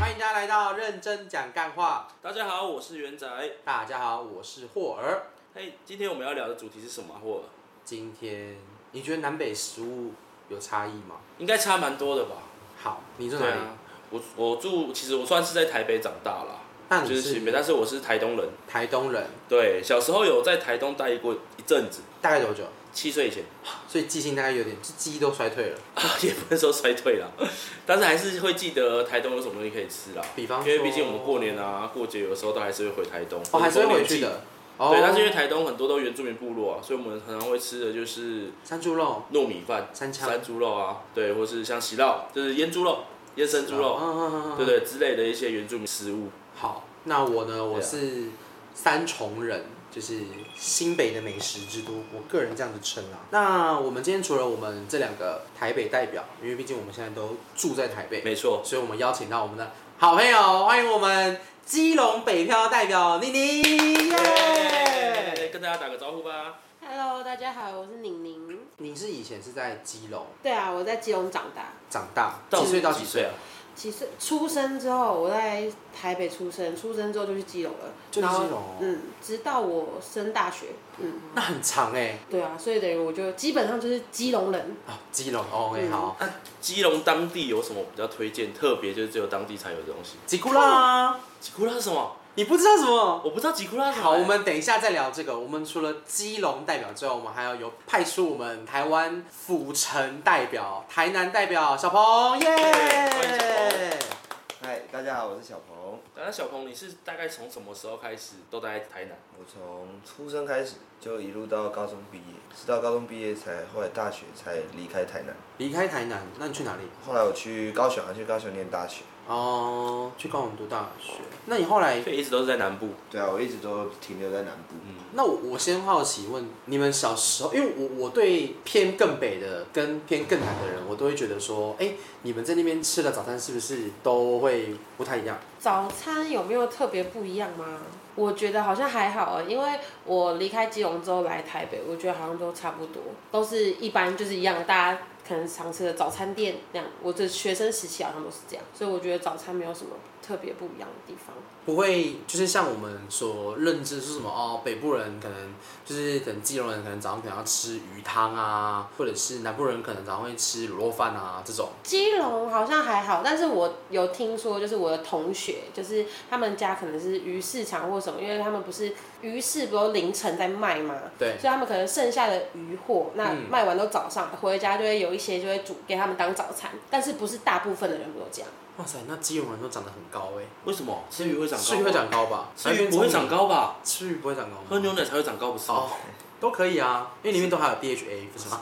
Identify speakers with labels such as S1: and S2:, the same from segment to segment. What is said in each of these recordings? S1: 欢迎大家来到认真讲干话。
S2: 大家好，我是元仔。
S1: 大家好，我是霍儿。
S2: 嘿，今天我们要聊的主题是什么啊？或
S1: 今天你觉得南北食物有差异吗？
S2: 应该差蛮多的吧？
S1: 好，你住哪里？，
S2: 啊我我住，其实我算是在台北长大啦，
S1: 那你
S2: 就是新北，但是我是台东人。
S1: 台东人，
S2: 对，小时候有在台东待过一阵子，
S1: 大概多久？
S2: 七岁以前
S1: 所以记性大概有点，记忆都衰退了。
S2: 啊，也不能说衰退啦， 但是还是会记得台东有什么东西可以吃啦。
S1: 比方
S2: 因
S1: 说，
S2: 为毕竟我们过年啊、过节，有时候都还是会回台东。
S1: 哦，还是会回去
S2: 逢年
S1: 的。
S2: 祭。
S1: 哦，
S2: 对，但是因为台东很多都原住民部落啊，所以我们常常会吃的就是
S1: 山猪肉、
S2: 糯米饭、
S1: 山羌、
S2: 山猪肉啊，对，或是像喜酪，就是腌猪肉、腌生猪肉，
S1: 嗯嗯嗯嗯，
S2: 对。对之类的一些原住民食物。
S1: 好，那我呢？我
S2: 对啊
S1: 是三重人，就是新北的美食之都，我个人这样子称啊。那我们今天除了我们这两个台北代表，因为毕竟我们现在都住在台北，
S2: 没错，
S1: 所以我们邀请到我们的好朋友，欢迎我们基隆北漂代表妮妮，
S2: 耶！
S1: 耶！
S2: 跟大家打个招呼吧。
S3: Hello，大家好，我是宁宁。
S1: 你是以前是在基隆
S3: 对啊，我在基隆长大，
S1: 长大，几岁到几岁？
S2: 啊？
S3: 其实出生之后，我在台北出生，出生之后就去基隆了，
S1: 就去
S3: 然后
S1: 基隆哦
S3: 嗯，直到我升大学，嗯，
S1: 那很长哎、
S3: 对啊，所以等于我就基本上就是基隆人。
S1: 啊，基隆哦，OK，
S3: 嗯
S1: 好，
S2: 啊基隆当地有什么比较推荐？特别就是只有当地才有的东西。
S1: 吉库拉，
S2: 吉库拉是什么？
S1: 你不知道什么？
S2: 我不知道吉库拉是什么。欸
S1: 好，我们等一下再聊这个。我们除了基隆代表之外，我们还要有派出我们台湾府城代表、台南代表小鹏，耶、
S2: 欢迎小
S4: 嗨，大家好，我是小鹏。
S2: 那小鹏，你是大概从什么时候开始都待在台南？
S4: 我从出生开始就一路到高中毕业，直到高中毕业才后来大学才离开台南。
S1: 离开台南，那你去哪里？
S4: 后来我去高雄，还去高雄念大学。
S1: 哦、去高雄读大学。那你后来，
S2: 所以一直都是在南部。
S4: 对啊，我一直都停留在南部。
S1: 那我我先好奇问，你们小时候，因为我我对偏更北的跟偏更南的人，我都会觉得说，哎、你们在那边吃的早餐是不是都会不太一样？
S3: 早餐有没有特别不一样吗？我觉得好像还好啊，因为我离开基隆之后来台北，我觉得好像都差不多，都是一般就是一样的，大家可能常吃的早餐店那样。我的学生时期好像都是这样，所以我觉得早餐没有什么特别不一样的地方。
S1: 不会，就是像我们所认知是什么哦，北部人可能就是等基隆人可能早上可能要吃鱼汤啊，或者是南部人可能早上会吃卤肉饭啊这种。
S3: 基隆好像还好，但是我有听说，就是我的同学，就是他们家可能是鱼市场或什么，因为他们不是鱼市不都凌晨在卖吗？
S1: 对
S3: 所以他们可能剩下的鱼货，那
S1: 嗯
S3: 卖完都早上、回家就会有一些就会煮给他们当早餐，但是不是大部分的人都这样。
S1: 哇塞，那基隆人都长得很高哎、
S2: 为什么？吃鱼会长高吗？哦
S1: 吃鱼会长高吧？
S2: 吃鱼不会长高吧？
S1: 吃鱼不会长高吗？
S2: 喝牛奶才会长高，不是吗？
S1: 哦，都可以啊，因为里面都还有 DHA 不是吗？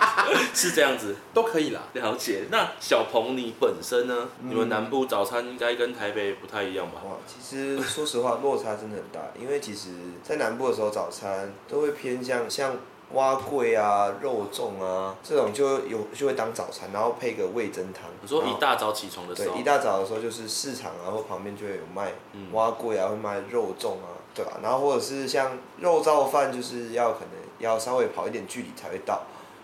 S2: 是这样子。
S1: 都可以啦。
S2: 了解。那小鹏，你本身呢？
S4: 嗯
S2: 你们南部早餐应该跟台北不太一样吧？
S4: 哇，其实说实话，落差真的很大。因为其实，在南部的时候，早餐都会偏向像蛙桂啊、肉粽啊这种，就有就会当早餐，然后配个味噌汤。
S2: 你说
S4: 然
S2: 一
S4: 后
S2: 大早起床的时
S4: 哦对
S2: 候，，嗯
S4: 一大早的时候就是市场啊，或旁边就会有卖蛙柜啊，会卖肉粽啊，对吧、然后或者是像肉燥饭，就是要可能要稍微跑一点距离才会到，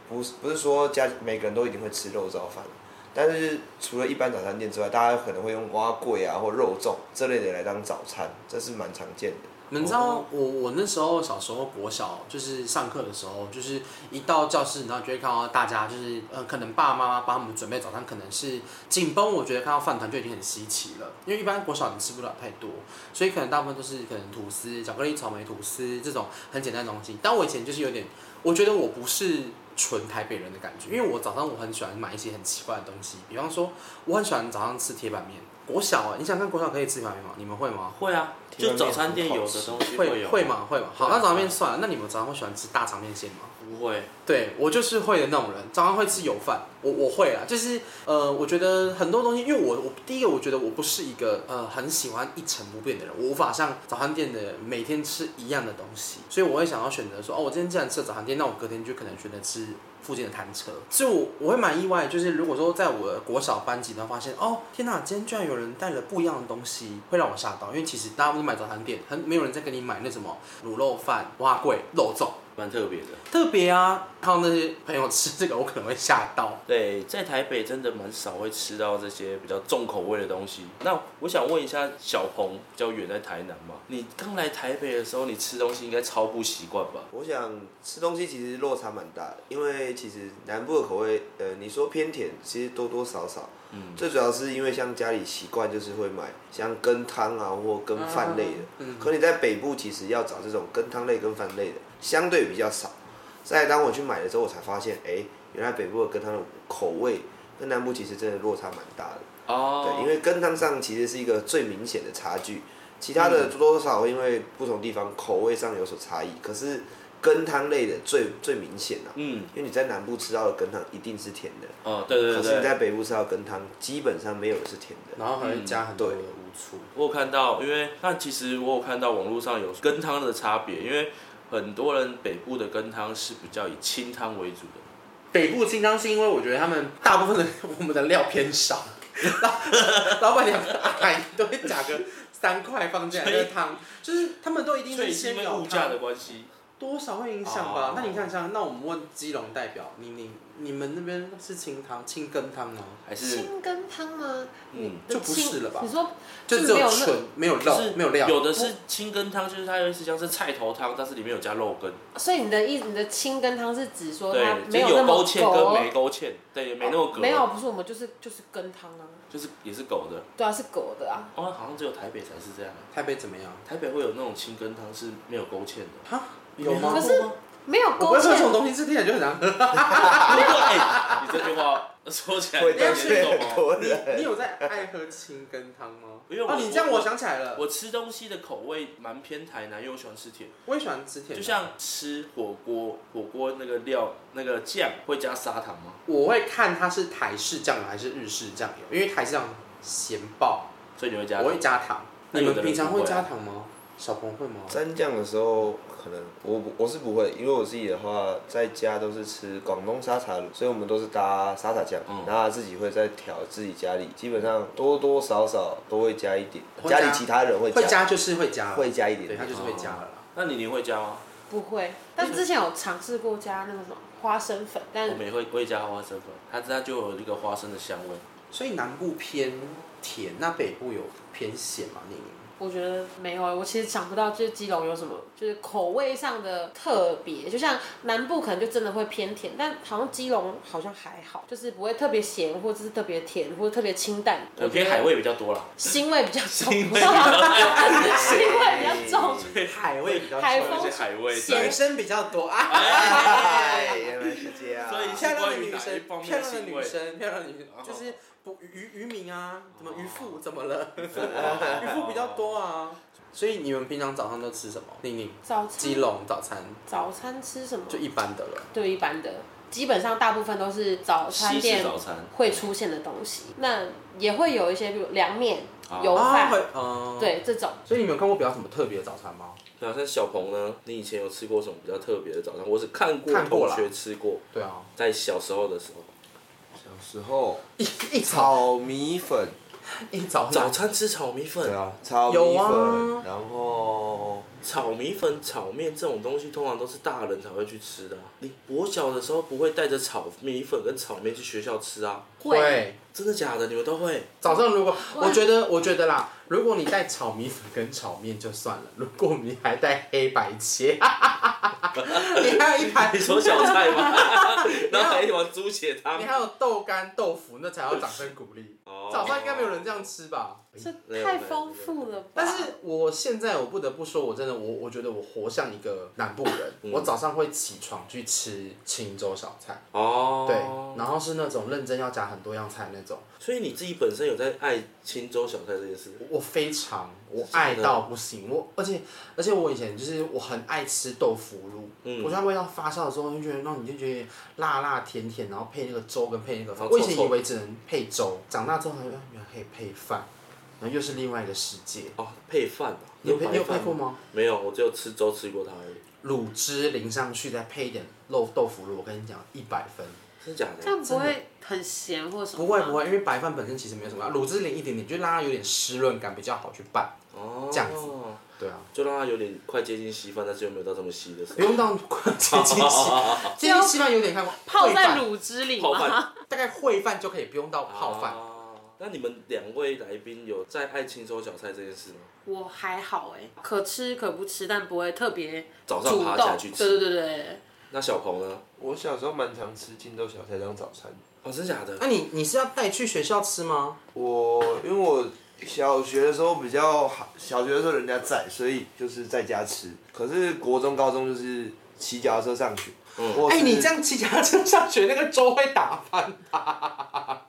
S4: 不是不是说家每个人都一定会吃肉燥饭，但是除了一般早餐店之外，大家可能会用蛙柜啊或肉粽这类的来当早餐，这是蛮常见的。
S1: 你们知道我我那时候小时候国小就是上课的时候，就是一到教室，然后就会看到大家就是呃，可能爸爸妈妈帮他们准备早餐，可能是紧绷，我觉得看到饭团就已经很稀奇了，因为一般国小你吃不了太多，所以可能大部分都是可能吐司、巧克力草莓吐司这种很简单的东西。但我以前就是有点，我觉得我不是纯台北人的感觉，因为我早上我很喜欢买一些很奇怪的东西，比方说我很喜欢早上吃铁板面。国小、啊，你想看国小可以吃铁板面吗？你们会吗？
S2: 会啊，
S4: 铁
S2: 就
S4: 板面
S2: 早餐店有
S4: 很好
S2: 的
S4: 吃
S2: 东西
S1: 会
S2: 有，
S1: 会？吗？啊会吗？好，
S2: 会
S1: 那早上面算了。那你们早上会喜欢吃大肠面线吗？
S2: 不会，
S1: 对我就是会的那种人，早上会吃油饭，我我会啦，就是呃，我觉得很多东西，因为我我第一个我觉得我不是一个呃很喜欢一成不变的人，我无法像早餐店的每天吃一样的东西，所以我会想要选择说，哦，我今天既然吃了早餐店，那我隔天就可能选择吃附近的摊车，所以我我会蛮意外，就是如果说在我的国小班级呢，发现哦天哪，今天居然有人带了不一样的东西，会让我吓到，因为其实大家都买早餐店，很没有人在跟你买那什么卤肉饭、蛙桂、肉粽，
S2: 蛮特别的。
S1: 特别啊，看到那些朋友吃这个，我可能会吓到。
S2: 对，在台北真的蛮少会吃到这些比较重口味的东西。那我想问一下，小鹏比较远在台南嘛，你刚来台北的时候，你吃东西应该超不习惯吧？
S4: 我想吃东西其实落差蛮大的，因为其实南部的口味，呃，你说偏甜，其实多多少少。
S2: 嗯，
S4: 最主要是因为像家里习惯就是会买像羹汤啊或羹饭类的，
S1: 嗯
S4: 可你在北部其实要找这种羹汤类、羹饭类的相对比较少。再当我去买的时候，我才发现，哎、原来北部的羹汤的口味跟南部其实真的落差蛮大的。
S2: 哦
S4: 对，因为羹汤上其实是一个最明显的差距，其他
S1: 嗯
S4: 的多多少少会因为不同地方口味上有所差异，可是羹汤类的最最明显啊，
S2: 嗯，
S4: 因为你在南部吃到的羹汤一定是甜的，
S2: 哦，对对
S4: 可是
S2: 对
S4: 你在
S2: 对，
S4: 北部吃到的羹汤基本上没有是甜的。
S1: 然后还会加很多的
S4: 嗯对
S1: 无醋，
S2: 我有看到，因为但其实我有看到网络上有羹汤的差别，因为很多人北部的羹汤是比较以清汤为主的。
S1: 北部清汤是因为我觉得他们大部分的我们的料偏少， 老老板娘阿姨都会加个三块放进来那个汤，就是他们都一定
S2: 所以
S1: 是
S2: 是
S1: 先
S2: 因为
S1: 有
S2: 物价
S1: 汤
S2: 的，关系，
S1: 多少会影响
S2: 哦
S1: 吧？那你看一下，那我们问基隆代表，你你你们那边是清汤清羹汤吗？
S2: 还是
S3: 清羹汤吗？
S2: 嗯
S1: 就不是了吧
S3: 你说
S1: 就
S3: 就
S1: 只
S3: 没
S1: 有
S3: 有
S1: 纯没有
S3: 那
S2: 就
S1: 肉
S2: 是
S1: 嗯没有料，哦
S2: 有的是清羹汤，就是它有点像是菜头汤，但是里面有加肉羹，
S3: 所以你的意思，你的清羹汤是指说它
S2: 对，
S3: 没
S2: 就是
S3: 那
S2: 有
S3: 么
S2: 勾
S3: 狗
S2: 芡跟没勾芡，对，没那么
S3: 哦
S2: 隔，
S3: 没有，不是我们就是就是羹汤啊，
S2: 就是也是狗的。
S3: 对啊，是狗的啊。
S2: 哦，好像只有台北才是这样，啊
S1: 台北怎么样？
S2: 台北会有那种清羹汤是没有勾芡 的。
S1: 哈，有吗
S3: 可？是没有
S1: 我
S3: 勾
S1: 不会喝这种
S3: 芡，
S1: 东西，这听起来就很难喝。
S2: 哎，你这句话说起来有
S4: 会
S2: 点
S4: 得罪
S2: 严
S4: 很
S2: 重哦。
S4: 多人。
S1: 你有在爱喝清羹汤吗？
S2: 因为我
S1: 哦，你这样我想起来了，
S2: 我吃东西的口味蛮偏台南，因为我喜欢吃甜，
S1: 我也喜欢吃甜的。
S2: 就像吃火锅，火锅那个料那个酱会加砂糖吗？
S1: 我会看它是台式酱油还是日式酱油，因为台式酱咸爆，
S2: 所以你会加
S1: 我
S2: 糖
S1: 会加糖。
S2: 那
S1: 你
S2: 有
S1: 们
S2: 的人
S1: 平常
S2: 不会
S1: 会加糖吗？小鹏会吗？
S4: 蘸酱的时候，可能我不我是不会，因为我自己的话，在家都是吃广东沙茶卤，所以我们都是搭沙茶酱，
S2: 嗯
S4: 然后自己会再调自己家里，基本上多多少少都会加一点，
S1: 会
S4: 家
S1: 加
S4: 里其他人会
S1: 会
S4: 加，
S1: 加就是会加了，
S4: 会加一
S1: 对，
S4: 点
S1: 它，就是会加了啦。
S2: 那你你会加吗？
S3: 不会。但之前有尝试过加那个什么花生粉，但
S2: 我们也会会加花生粉，它它就有一个花生的香味。
S1: 所以南部偏甜，那北部有偏咸嘛？你
S3: 我觉得没有欸，我其实想不到就是基隆有什么就是口味上的特别，就像南部可能就真的会偏甜，但好像基隆好像还好，就是不会特别咸，或者是特别甜，或者特别清淡。
S2: 我偏海，味比较多啦，
S3: 腥味比较重，
S2: 腥味比
S3: 腥
S2: 较
S3: 味比较重。
S1: 海味比较
S3: 海
S1: 重
S3: 风
S2: 有一些海味。
S3: 咸
S1: 女
S2: 对
S1: 生比较多啊。
S4: 哎，原来是这样。
S2: 所以
S1: 漂亮的女
S2: 关于哪一
S1: 生，
S2: 方面
S1: 漂
S2: 的
S1: 亮的
S2: 腥
S1: 女
S2: 味
S1: 生，漂亮的女生
S2: 哦，
S1: 就是不渔渔民啊，怎么渔妇怎么了？ 渔妇比较多啊。所以你们平常早上都吃什么？宁宁，
S3: 早
S1: 基
S3: 餐
S1: 隆早餐
S3: 早餐吃什么？
S1: 就一般的了。
S3: 对一般的，基本上大部分都是早 餐
S2: 西式
S3: 店
S2: 早餐
S3: 会出现的东西。那也会有一些，比如凉面
S2: 啊、
S3: 油
S1: 啊，
S3: 饭，
S1: 会，嗯，。
S3: 对这种。
S1: 所以你们有看过比较什么特别的早餐吗？
S2: 那像小鹏呢？你以前有吃过什么比较特别的早餐？我只看过
S1: 看过
S2: 同
S1: 啦
S2: 学吃过，
S1: 对啊，
S2: 在小时候的时候，
S4: 小时候
S1: 一一早
S4: 炒米粉，
S1: 一早
S2: 早餐吃炒米
S4: 对
S2: 粉，
S4: 啊，炒米
S1: 有啊
S4: 粉，然后
S2: 炒米粉、炒面这种东西通常都是大人才会去吃的啊、你我小的时候不会带着炒米粉跟炒面去学校吃啊？
S3: 会。
S1: 会。
S2: 真的假的？你们都会？
S1: 早上如果我觉得，我觉得啦，如果你带炒米粉跟炒面就算了，如果你还带黑白切， 你还有一盘
S2: 你说小菜吗？ 然后还一碗猪血汤
S1: 你。还有豆干、豆腐，那才要掌声鼓励。
S2: 哦
S1: 早上应该没有人这样吃吧？
S2: 没
S3: 这
S2: 有
S3: 太
S2: 没有
S3: 丰富了吧？
S1: 但是我现在我不得不说，我真的我我觉得我活像一个南部人。
S2: 嗯
S1: 我早上会起床去吃青州小菜，
S2: 哦。
S1: 对，然后是那种认真要夹很多样菜那种。
S2: 所以你自己本身有在爱青州小菜这件事？
S1: 我我非常我
S2: 是真的
S1: 爱到不行，我而且而且我以前就是我很爱吃豆腐乳，
S2: 嗯
S1: 我觉得它味道发酵的时候，就觉得那你就觉得辣辣甜甜，然后配那个粥跟配那个
S2: 然
S1: 饭。
S2: 后
S1: 我以
S2: 臭
S1: 前
S2: 臭
S1: 以为只能配粥，长大之后才发现原来可以配饭，然后又是另外一个世界。
S2: 哦，配饭吧，
S1: 你有配
S2: 那
S1: 你有
S2: 白饭
S1: 配过吗？
S2: 没有，我只有吃粥吃过它而已。
S1: 卤汁淋上去，再配一点肉豆腐乳，我跟你讲，一百分。
S2: 真的假
S3: 这
S2: 的？
S3: 样不会很咸或什么？
S1: 不会不。会，因为白饭本身其实没有
S2: 嗯
S1: 什么，卤汁淋一点点，就让它有点湿润感，比较好去拌。
S2: 哦，
S1: 这样子对啊，
S2: 就让它有点快接近稀饭，但是又没有到这么稀的时
S1: 不
S2: 候。
S1: 用到 接近 稀，接近稀饭有点看过，
S3: 泡在
S1: 烩
S3: 卤汁里
S2: 泡
S3: 吗？
S2: 饭，
S1: 饭大概烩饭就可以不用到泡饭。
S2: 哦。那你们两位来宾有在爱青州小菜这件事吗？
S3: 我还好哎、可吃可不吃，但不会特别
S2: 早上
S3: 主
S2: 爬起来
S3: 动。
S2: 去
S3: 对
S2: 吃。
S3: 对对对，
S2: 那小鹏呢？
S4: 我小时候蛮常吃荆州小菜当早餐。
S2: 哦，真假的？
S1: 那啊你你是要带去学校吃吗？
S4: 我因为我小学的时候比较好，小学的时候人家在，所以就是在家吃。可是国中、高中就是骑脚踏车上学。
S2: 嗯
S4: 或是
S1: 哎、你这样骑脚踏车上学，那个粥会打翻 吧？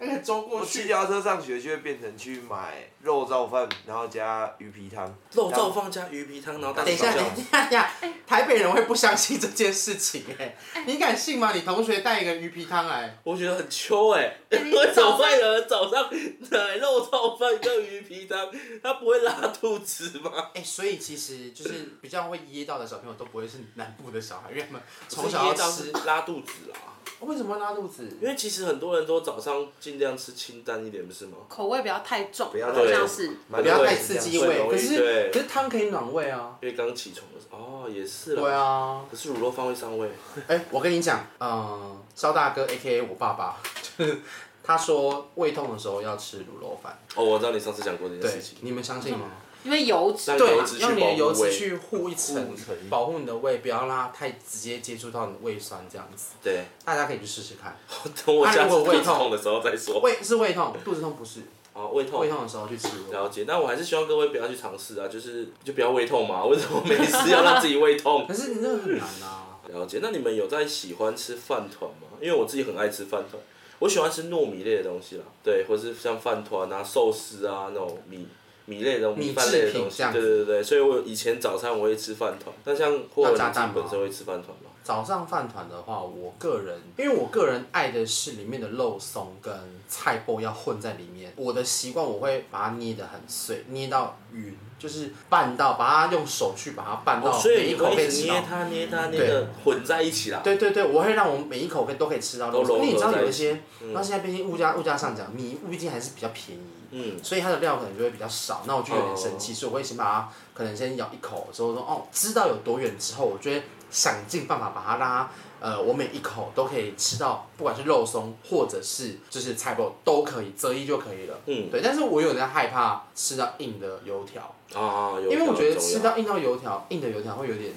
S1: 那个粥过
S4: 我骑
S1: 去，
S4: 脚踏车上学就会变成去买肉燥饭，然后加鱼皮汤。
S2: 肉
S4: 然
S2: 燥
S4: 后
S2: 饭加鱼皮汤，然后大
S1: 等一下，等一下，等一下，台北人会不相信这件事情哎、你敢信吗？你同学带一个鱼皮汤来，
S2: 我觉得很秋哎、
S3: 哎
S2: 因
S3: 你
S2: 为早
S3: 早上
S2: 上有人早上奶肉燥饭跟鱼皮汤，他不会拉肚子吗？
S1: 哎、所以其实就是比较会噎到的小朋友都不会是南部的小孩，因为他们 从小要吃。
S2: 是拉肚子啦。
S1: 为什么会拉肚子？
S2: 因为其实很多人都早上尽量吃清淡一点，不是吗？
S3: 口味不要太重，
S4: 不要
S2: 太
S3: 好像
S2: 重
S3: 是。
S4: 蛮
S1: 不要
S4: 多
S1: 太
S4: 人
S1: 刺
S4: 是这样
S1: 激
S2: 会
S1: 胃，
S2: 容易
S1: 可是
S2: 对
S1: 可是汤可以暖胃啊。
S2: 因为刚起床的时候，哦，也是啦。
S1: 对啊，
S2: 可是卤肉饭会伤胃，
S1: 哎、我跟你讲，嗯，肖大哥 A K A 我爸爸， 就是他说胃痛的时候要吃卤肉饭，
S2: 哦，我知道你上次讲过这件
S1: 对
S2: 事，情，
S1: 你们相信吗？
S3: 因为油脂
S2: 让
S1: 对啊
S2: 油脂，去
S1: 用你
S2: 保
S1: 的
S2: 护
S1: 油脂
S2: 胃
S1: 去护一层
S4: 护一层，
S1: 保护你的胃，不要让它太直接接触到你的胃酸这样子。
S2: 对。
S1: 大家可以去试试看，
S2: 等 我
S1: 啊
S2: 下
S1: 如
S2: 次
S1: 果
S2: 肚
S1: 胃
S2: 子
S1: 痛
S2: 痛的时候再说。
S1: 胃是胃痛，肚子痛不是，
S2: 哦，胃痛
S1: 胃。痛的时候去吃卤肉。
S2: 了解，那我还是希望各位不要去尝试啊，就是就不要胃痛嘛。为 什么每次要让自己胃痛？
S1: 可是你那个很难啊，
S2: 了解，那你们有在喜欢吃饭团吗？因为我自己很爱吃饭团，我喜欢吃糯米类的东西啦，对，或是像饭团啊、寿司啊那种米米类的东西、
S1: 米制
S2: 饭类的东
S1: 品
S2: 西
S1: 这，样
S2: 对
S1: 子
S2: 对对对，所以我以前早餐我会吃饭团，但像或者
S1: 那炸
S2: 你自己
S1: 弹吗
S2: 本身会吃饭团吗？
S1: 早上饭团的话，我个人因为我个人爱的是里面的肉松跟菜脯要混在里面。我的习惯我会把它捏得很碎，捏到匀，就是拌到把它用手去把它拌到
S2: 哦，所
S1: 每
S2: 以
S1: 一
S2: 你
S1: 口可
S2: 会一
S1: 以
S2: 直
S1: 吃到
S2: 捏。它、捏它、捏的混在一起啦。
S1: 对对对，我会让我每一口可以都可以吃到肉
S2: 都
S1: 松，因
S2: 融合
S1: 为你知道
S2: 在
S1: 有一
S2: 一起
S1: 些，然后现在毕竟物价物价上涨，米物毕竟还是比较便宜，
S2: 嗯，
S1: 所以它的料可能就会比较少，那我就有点生
S2: 哦
S1: 气，所以我会先把它可能先咬一口，之后说哦，知道有多远之后，我就会想尽办法把它让它呃，我每一口都可以吃到，不管是肉松或者是就是菜包都可以，择一就可以了。
S2: 嗯
S1: 对，但是我有点害怕吃到硬的油条，
S2: 啊，油条
S1: 因为我觉得
S2: 很重要
S1: 吃到硬到油条，硬的油条会有点，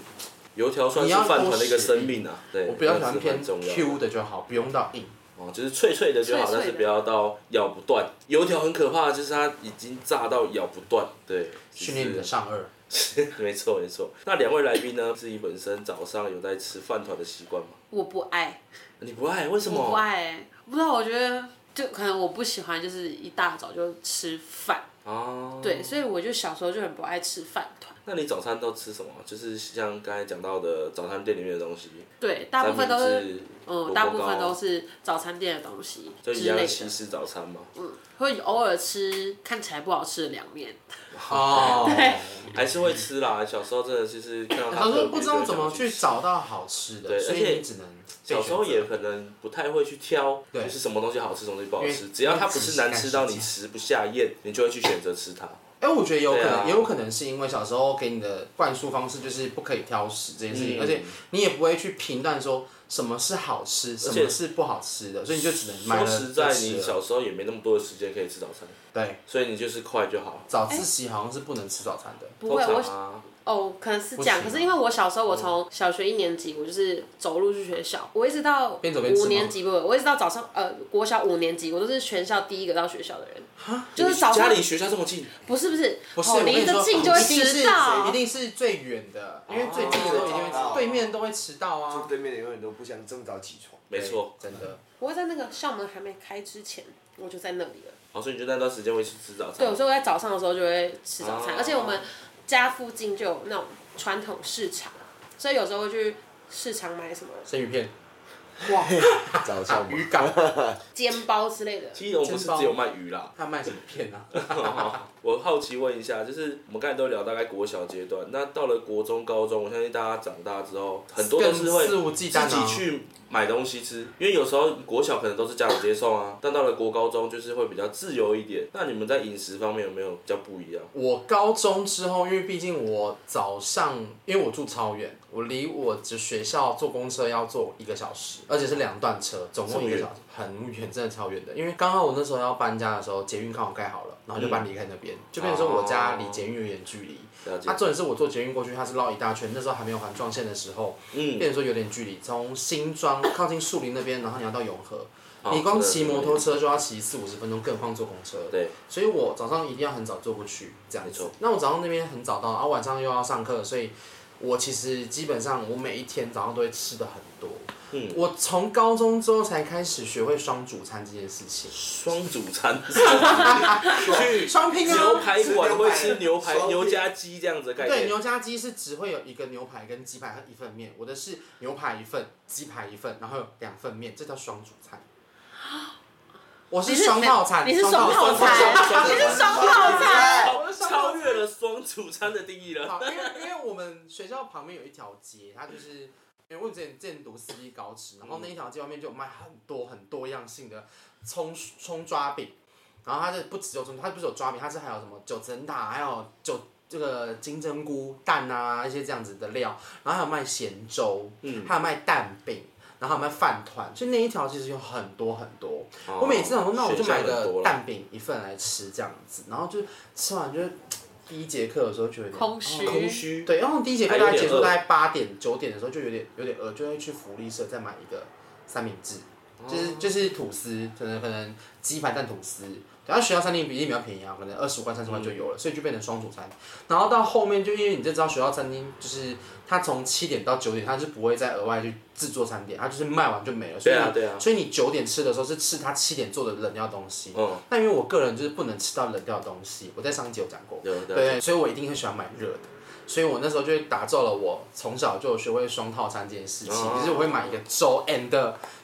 S2: 油条算是饭团的一个生命啊，对，
S1: 我比较喜欢
S2: 那是
S1: 偏
S2: 蛮重要的
S1: Q 的就好，不用到硬。
S2: 哦，就是脆脆的就好，
S3: 脆脆的
S2: 但是不要到咬不断。油条很可怕，就是它已经炸到咬不断。对，
S1: 训练你 的上颚，
S2: 就是没错没错。那两位来宾呢，自己本身早上有在吃饭团的习惯吗？啊
S3: 我不爱。
S2: 你不爱，为什
S3: 我不
S2: 么？
S3: 爱、欸，不知道，我觉得就可能我不喜欢，就是一大早就吃饭，
S2: 啊，
S3: 对，。所以我就小时候就很不爱吃饭团，
S2: 那你早餐都吃什么？就是像刚才讲到的早餐店里面的东西，
S3: 对，大部分都
S2: 三
S3: 是，
S2: 明治
S3: 嗯，大部
S1: 啊
S3: 分都是早餐店的东西
S2: 就
S3: 之
S2: 一样
S3: 类
S2: 的西
S3: 的，
S2: 式早餐嘛，
S3: 嗯，会偶尔吃看起来不好吃的凉面，
S1: 哦，
S2: 还是会吃啦。小时候真的就是看 到它
S1: 他
S2: 特别
S1: 说哎不知道怎么去
S2: 就会想吃
S1: 找到好吃的，
S2: 对
S1: 所
S2: 而且
S1: 以你只能被
S2: 小时候
S1: 选择
S2: 也可能不太会去挑，
S1: 对
S2: 就是什么东西好吃，什么东西不好
S1: 因
S2: 吃，
S1: 为
S2: 只要它不是难吃到你吃不下咽，你就会去选择吃它。
S1: 哎、我觉得有可
S2: 对
S1: 能，
S2: 啊
S1: 也有可能是因为小时候给你的灌输方式就是不可以挑食这件事情，
S2: 嗯
S1: 而且你也不会去评断说什么是好吃，什
S2: 且
S1: 么是不好吃的，所以你就只能买
S2: 说
S1: 了
S2: 实在，
S1: 就吃
S2: 你
S1: 了
S2: 小时候也没那么多的时间可以吃早餐，
S1: 对
S2: 所以你就是快就好。
S1: 早
S3: 哎
S1: 自习好像是不能吃早餐的，
S3: 不会，
S2: 通
S3: 我
S2: 常啊，
S3: 哦，可能是这样。
S1: 不行啊
S3: 可是因为我小时候，我从小学一年级，我就是走路去学校，我一直到
S1: 边走边吃吗
S3: 五年级，不，我一直到早上，呃，国小五年级，我都是全校第一个到学校的人，就是早
S2: 家
S3: 上
S2: 离学校这么近，
S3: 不是不是，
S1: 不是，
S3: 哦
S1: 我跟
S3: 离
S1: 你
S3: 得
S1: 说，
S3: 近就会
S1: 一定是
S3: 迟到，
S1: 一定是最远的，因为最近的都
S2: 哦
S1: 一定会迟，对面都会迟到
S4: 住
S1: 啊，
S4: 对面的永远都不想这么早起床。
S2: 没错。
S1: 对真的。
S3: 我会在那个校门还没开之前，我就在那里了。
S2: 哦，所以你就那段时间会去吃早
S3: 对，
S2: 餐
S3: 我。说我在早上的时候就会吃早餐，
S2: 哦
S3: 而且我们家附近就有那种传统市场，所以有时候会去市场买什么
S1: 生鱼片，哇，
S4: 早上
S1: 鱼港
S3: 煎包之类的。
S2: 基隆不是只有卖鱼啦，
S1: 他卖什么片啊？
S2: 我好奇问一下，就是我们刚才都聊大概国小阶段，那到了国中、高中，我相信大家长大之后，很多都是
S1: 更
S2: 会
S1: 肆无忌惮啊
S2: 自己去买东西吃，因为有时候国小可能都是家长直接送啊，但到了国高中就是会比较自由一点。那你们在饮食方面有没有比较不一样？
S1: 我高中之后，因为毕竟我早上，因为我住超远，我离我的学校坐公车要坐一个小时，而且是两段车，总共一个小时，很远，真的超远的。因为刚好我那时候要搬家的时候，捷运刚好盖好了，然后就搬离开那边，就变成说我家离捷运有点距离。
S2: 嗯哦了解
S1: 啊，，重点是我坐捷运过去，它是绕一大圈，那时候还没有环状线的时候，
S2: 嗯，
S1: 变成说有点距离，从新庄靠近树林那边，然后你要到永和，
S2: 好
S1: 你光
S2: 这个
S1: 骑摩托车就要骑四五十分钟，更况坐公车。
S2: 对，
S1: 所以我早上一定要很早坐过去，这样
S2: 没
S1: 子
S2: 错。
S1: 那我早上那边很早到，然、后晚上又要上课，所以我其实基本上我每一天早上都会吃的很多。
S2: 嗯，
S1: 我从高中之后才开始学会双主餐这件事情，
S2: 呃双主餐，
S1: 去双拼
S2: 牛
S1: 啊。
S2: 排馆会吃牛
S4: 吃牛
S2: 排、
S4: 排
S2: 牛加鸡这样子的概
S1: 对，
S2: 念。
S1: 牛家鸡是只会有一个牛排跟鸡排和一份面，我的是牛排一份，鸡排一份，然后有两份面，这叫双主餐。我是
S3: 你是
S1: 双套餐，
S3: 啊你是双套餐
S1: 餐，
S3: 你是双套餐。
S2: 超超越了双主餐的定义了。
S1: 好，因为因为我们学校旁边有一条街，它就是。因为我之前之前读私立高职，然后
S2: 嗯
S1: 那一条街外面就有卖很多很多样性的葱葱抓饼，然后它是不只有葱，它不是有抓饼，它是还有什么九层塔，还有九这个金针菇蛋啊一些这样子的料，然后还有卖咸粥，
S2: 嗯
S1: 还有卖蛋饼，然后还有卖饭团，所以那一条其实有很多很多。
S2: 哦
S1: 我每次想说，那我就买个蛋饼一份来吃这样子，然后就吃完就是呃第一节课的时候就有点哦
S3: 空虚
S2: 空虚，
S1: 对，然后第一节课大
S2: 还
S1: 概
S2: 有点
S1: 结束
S2: 饿
S1: 大概八点九点的时候就有点有点饿，就会去福利社再买一个三明治，
S2: 哦
S1: 就是就是吐司，可能可能鸡排蛋吐司。然后学校餐厅比例比较便宜啊，可能二十块三十块就
S2: 嗯
S1: 有了，所以就变成双主餐。然后到后面就因为你就知道学校餐厅就是它从七点到九点，它是不会再额外去制作餐点，它就是卖完就没了。所以
S2: 对啊
S1: 你
S2: 对啊
S1: 所以你九点吃的时候是吃它七点做的冷掉东西。
S2: 嗯，
S1: 那因为我个人就是不能吃到冷掉的东西，我在上一集有讲过。
S2: 有的，
S1: 对，所以我一定很喜欢买热的。所以我那时候就会打造了我从小就有学会双套餐这件事情，
S2: 哦
S1: 就是我会买一个粥 and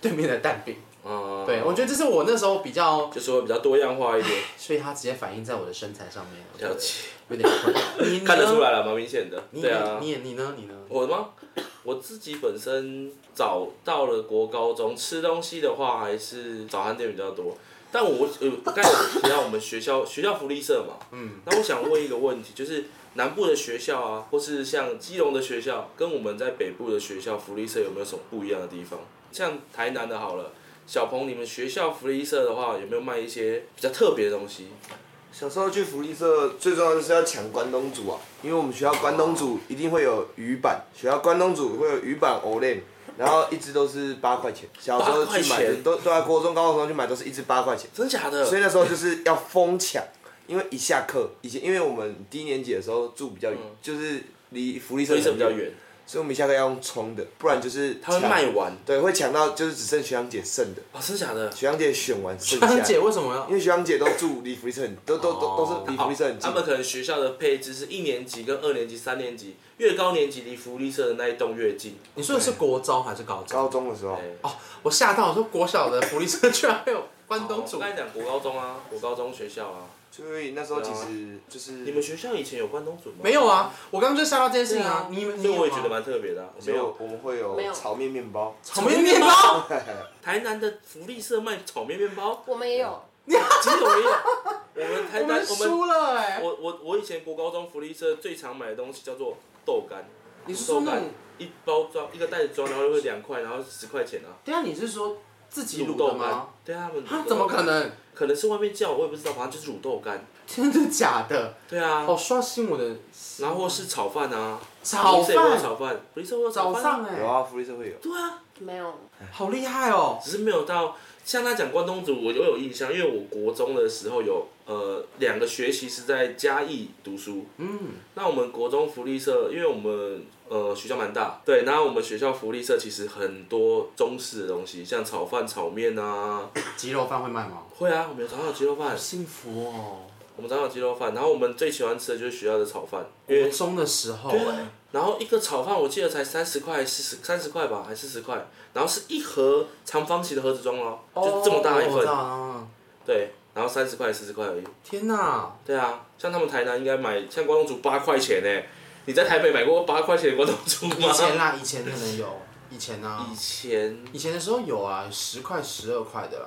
S1: 对面的蛋饼。
S2: 嗯，
S1: 对，我觉得这是我那时候比较，
S2: 就是会比较多样化一点，
S1: 所以它直接反映在我的身材上面，我觉
S2: 了
S1: 得
S2: 解，
S1: 有点困扰。你
S2: 看得出
S1: 来？
S2: 来了，蛮明显的，
S1: 你
S2: 对
S1: 呢
S2: 啊
S1: 你。也你呢？你呢？
S2: 我吗？我自己本身早到了国高中吃东西的话，还是早餐店比较多。但我呃，刚才有提到我们学校学校福利社嘛，嗯，那我想问一个问题，就是南部的学校啊，或是像基隆的学校，跟我们在北部的学校福利社有没有什么不一样的地方？像台南的好了，小鹏，你们学校福利社的话，有没有卖一些比较特别的东西？
S4: 小时候去福利社，最重要就是要抢关东煮啊，因为我们学校关东煮一定会有鱼板，学校关东煮会有鱼板 o l e 然后一直都是八块钱。小时候
S2: 八块
S4: 去买
S2: 钱
S4: 的都对啊，国中、高中去买都是一只八块钱，
S2: 真假的？
S4: 所以那时候就是要疯抢，因为一下课，以前因为我们低年级的时候住比较远，就是离福利
S2: 嗯
S4: 社
S2: 福利社
S4: 很
S2: 比较远，
S4: 所以我们一下课要用冲的，不然就是
S2: 它会
S4: 抢
S2: 卖完
S4: 对，会抢到就是只剩学长姐剩的，
S2: 哦，真假的？
S4: 学长姐选完剩下
S1: 张
S2: 啊
S4: 的。
S1: 姐为什么要
S4: 因？为学长姐都住离福利社很，都都都都是离福利社很近
S2: 他。们可能学校的配置是一年级跟二年级、三年级，越高年级离福利社的那一栋越近。
S1: 你说的是国中还是高中？
S4: 高中的时候
S2: 哎，
S1: 哦，我吓到，我说国小的福利社居然还有关东
S2: 哦我
S1: 煮
S2: 刚。才讲国高中啊，国高中学校啊，
S4: 所以那时候其实就是
S2: 你们学校以前有关东煮吗？
S1: 没有啊，我刚刚就吓到这件事
S2: 对
S1: 情
S2: 啊
S1: 啊。，你们你
S2: 所以我
S1: 有
S2: 也觉得
S1: 吗？
S2: 蛮特别的、啊。我
S4: 没
S2: 没
S4: 有
S2: 有，，
S4: 我们会
S3: 没有
S4: 有炒面 面包，
S1: 草莓面包。
S2: 台南的福利社卖炒面面 包，
S3: 我们也有，
S2: 其实我也有。我们台
S1: 我
S2: 南
S1: 们，
S2: 我们
S1: 输了哎。
S2: 我我我以前国高中福利社最常买的东西叫做豆干，
S1: 你是
S2: 豆
S1: 说那
S2: 干
S1: 种？
S2: 一包装一个袋子装，然后就会两块，然后十块钱啊。
S1: 等一下你是说自己卤
S2: 豆
S1: 的
S2: 干
S1: 吗？，
S2: 对啊，他们
S1: 啊，怎么可？能？
S2: 可能是外面叫，我也不知道，反正就是卤豆干。
S1: 真的假的？
S2: 对啊，
S1: 好刷新我的
S2: 然后是炒饭啊，
S1: 炒饭，
S2: 福利社也会有炒饭，不是说
S1: 早上哎、
S4: 有啊，福利社会有。
S2: 对啊，
S3: 没有，
S1: 好厉害哦！
S2: 只是没有到像他讲关东煮，我有有印象，因为我国中的时候有呃两个学期是在嘉义读书，
S1: 嗯，
S2: 那我们国中福利社，因为我们呃学校蛮大，对，然后我们学校福利社其实很多中式的东西，像炒饭、炒面啊，
S1: 鸡肉饭会卖吗？
S2: 会啊，我们有炒好鸡肉饭
S1: 好，幸福哦！
S2: 我们炒好鸡肉饭，然后我们最喜欢吃的就是学校的炒饭，因
S1: 国
S2: 为
S1: 中的时候、
S2: 对
S1: 哎，
S2: 啊然后一个炒饭我记得才三十块、四十三十块吧，还四十块，然后是一盒长方形的盒子装咯，就这么大一
S1: 哦我知
S2: 份，
S1: 道啊
S2: 对，然后三十块、四十块而已。
S1: 天 哪！
S2: 对啊，像他们台南应该买像关东煮八块钱呢、你在台北买过八块钱的关东煮
S1: 以前
S2: 吗？
S1: 啦，以前可能有，以前啊
S2: 以，前，
S1: 以前的时候有啊，十块、十二块的啦。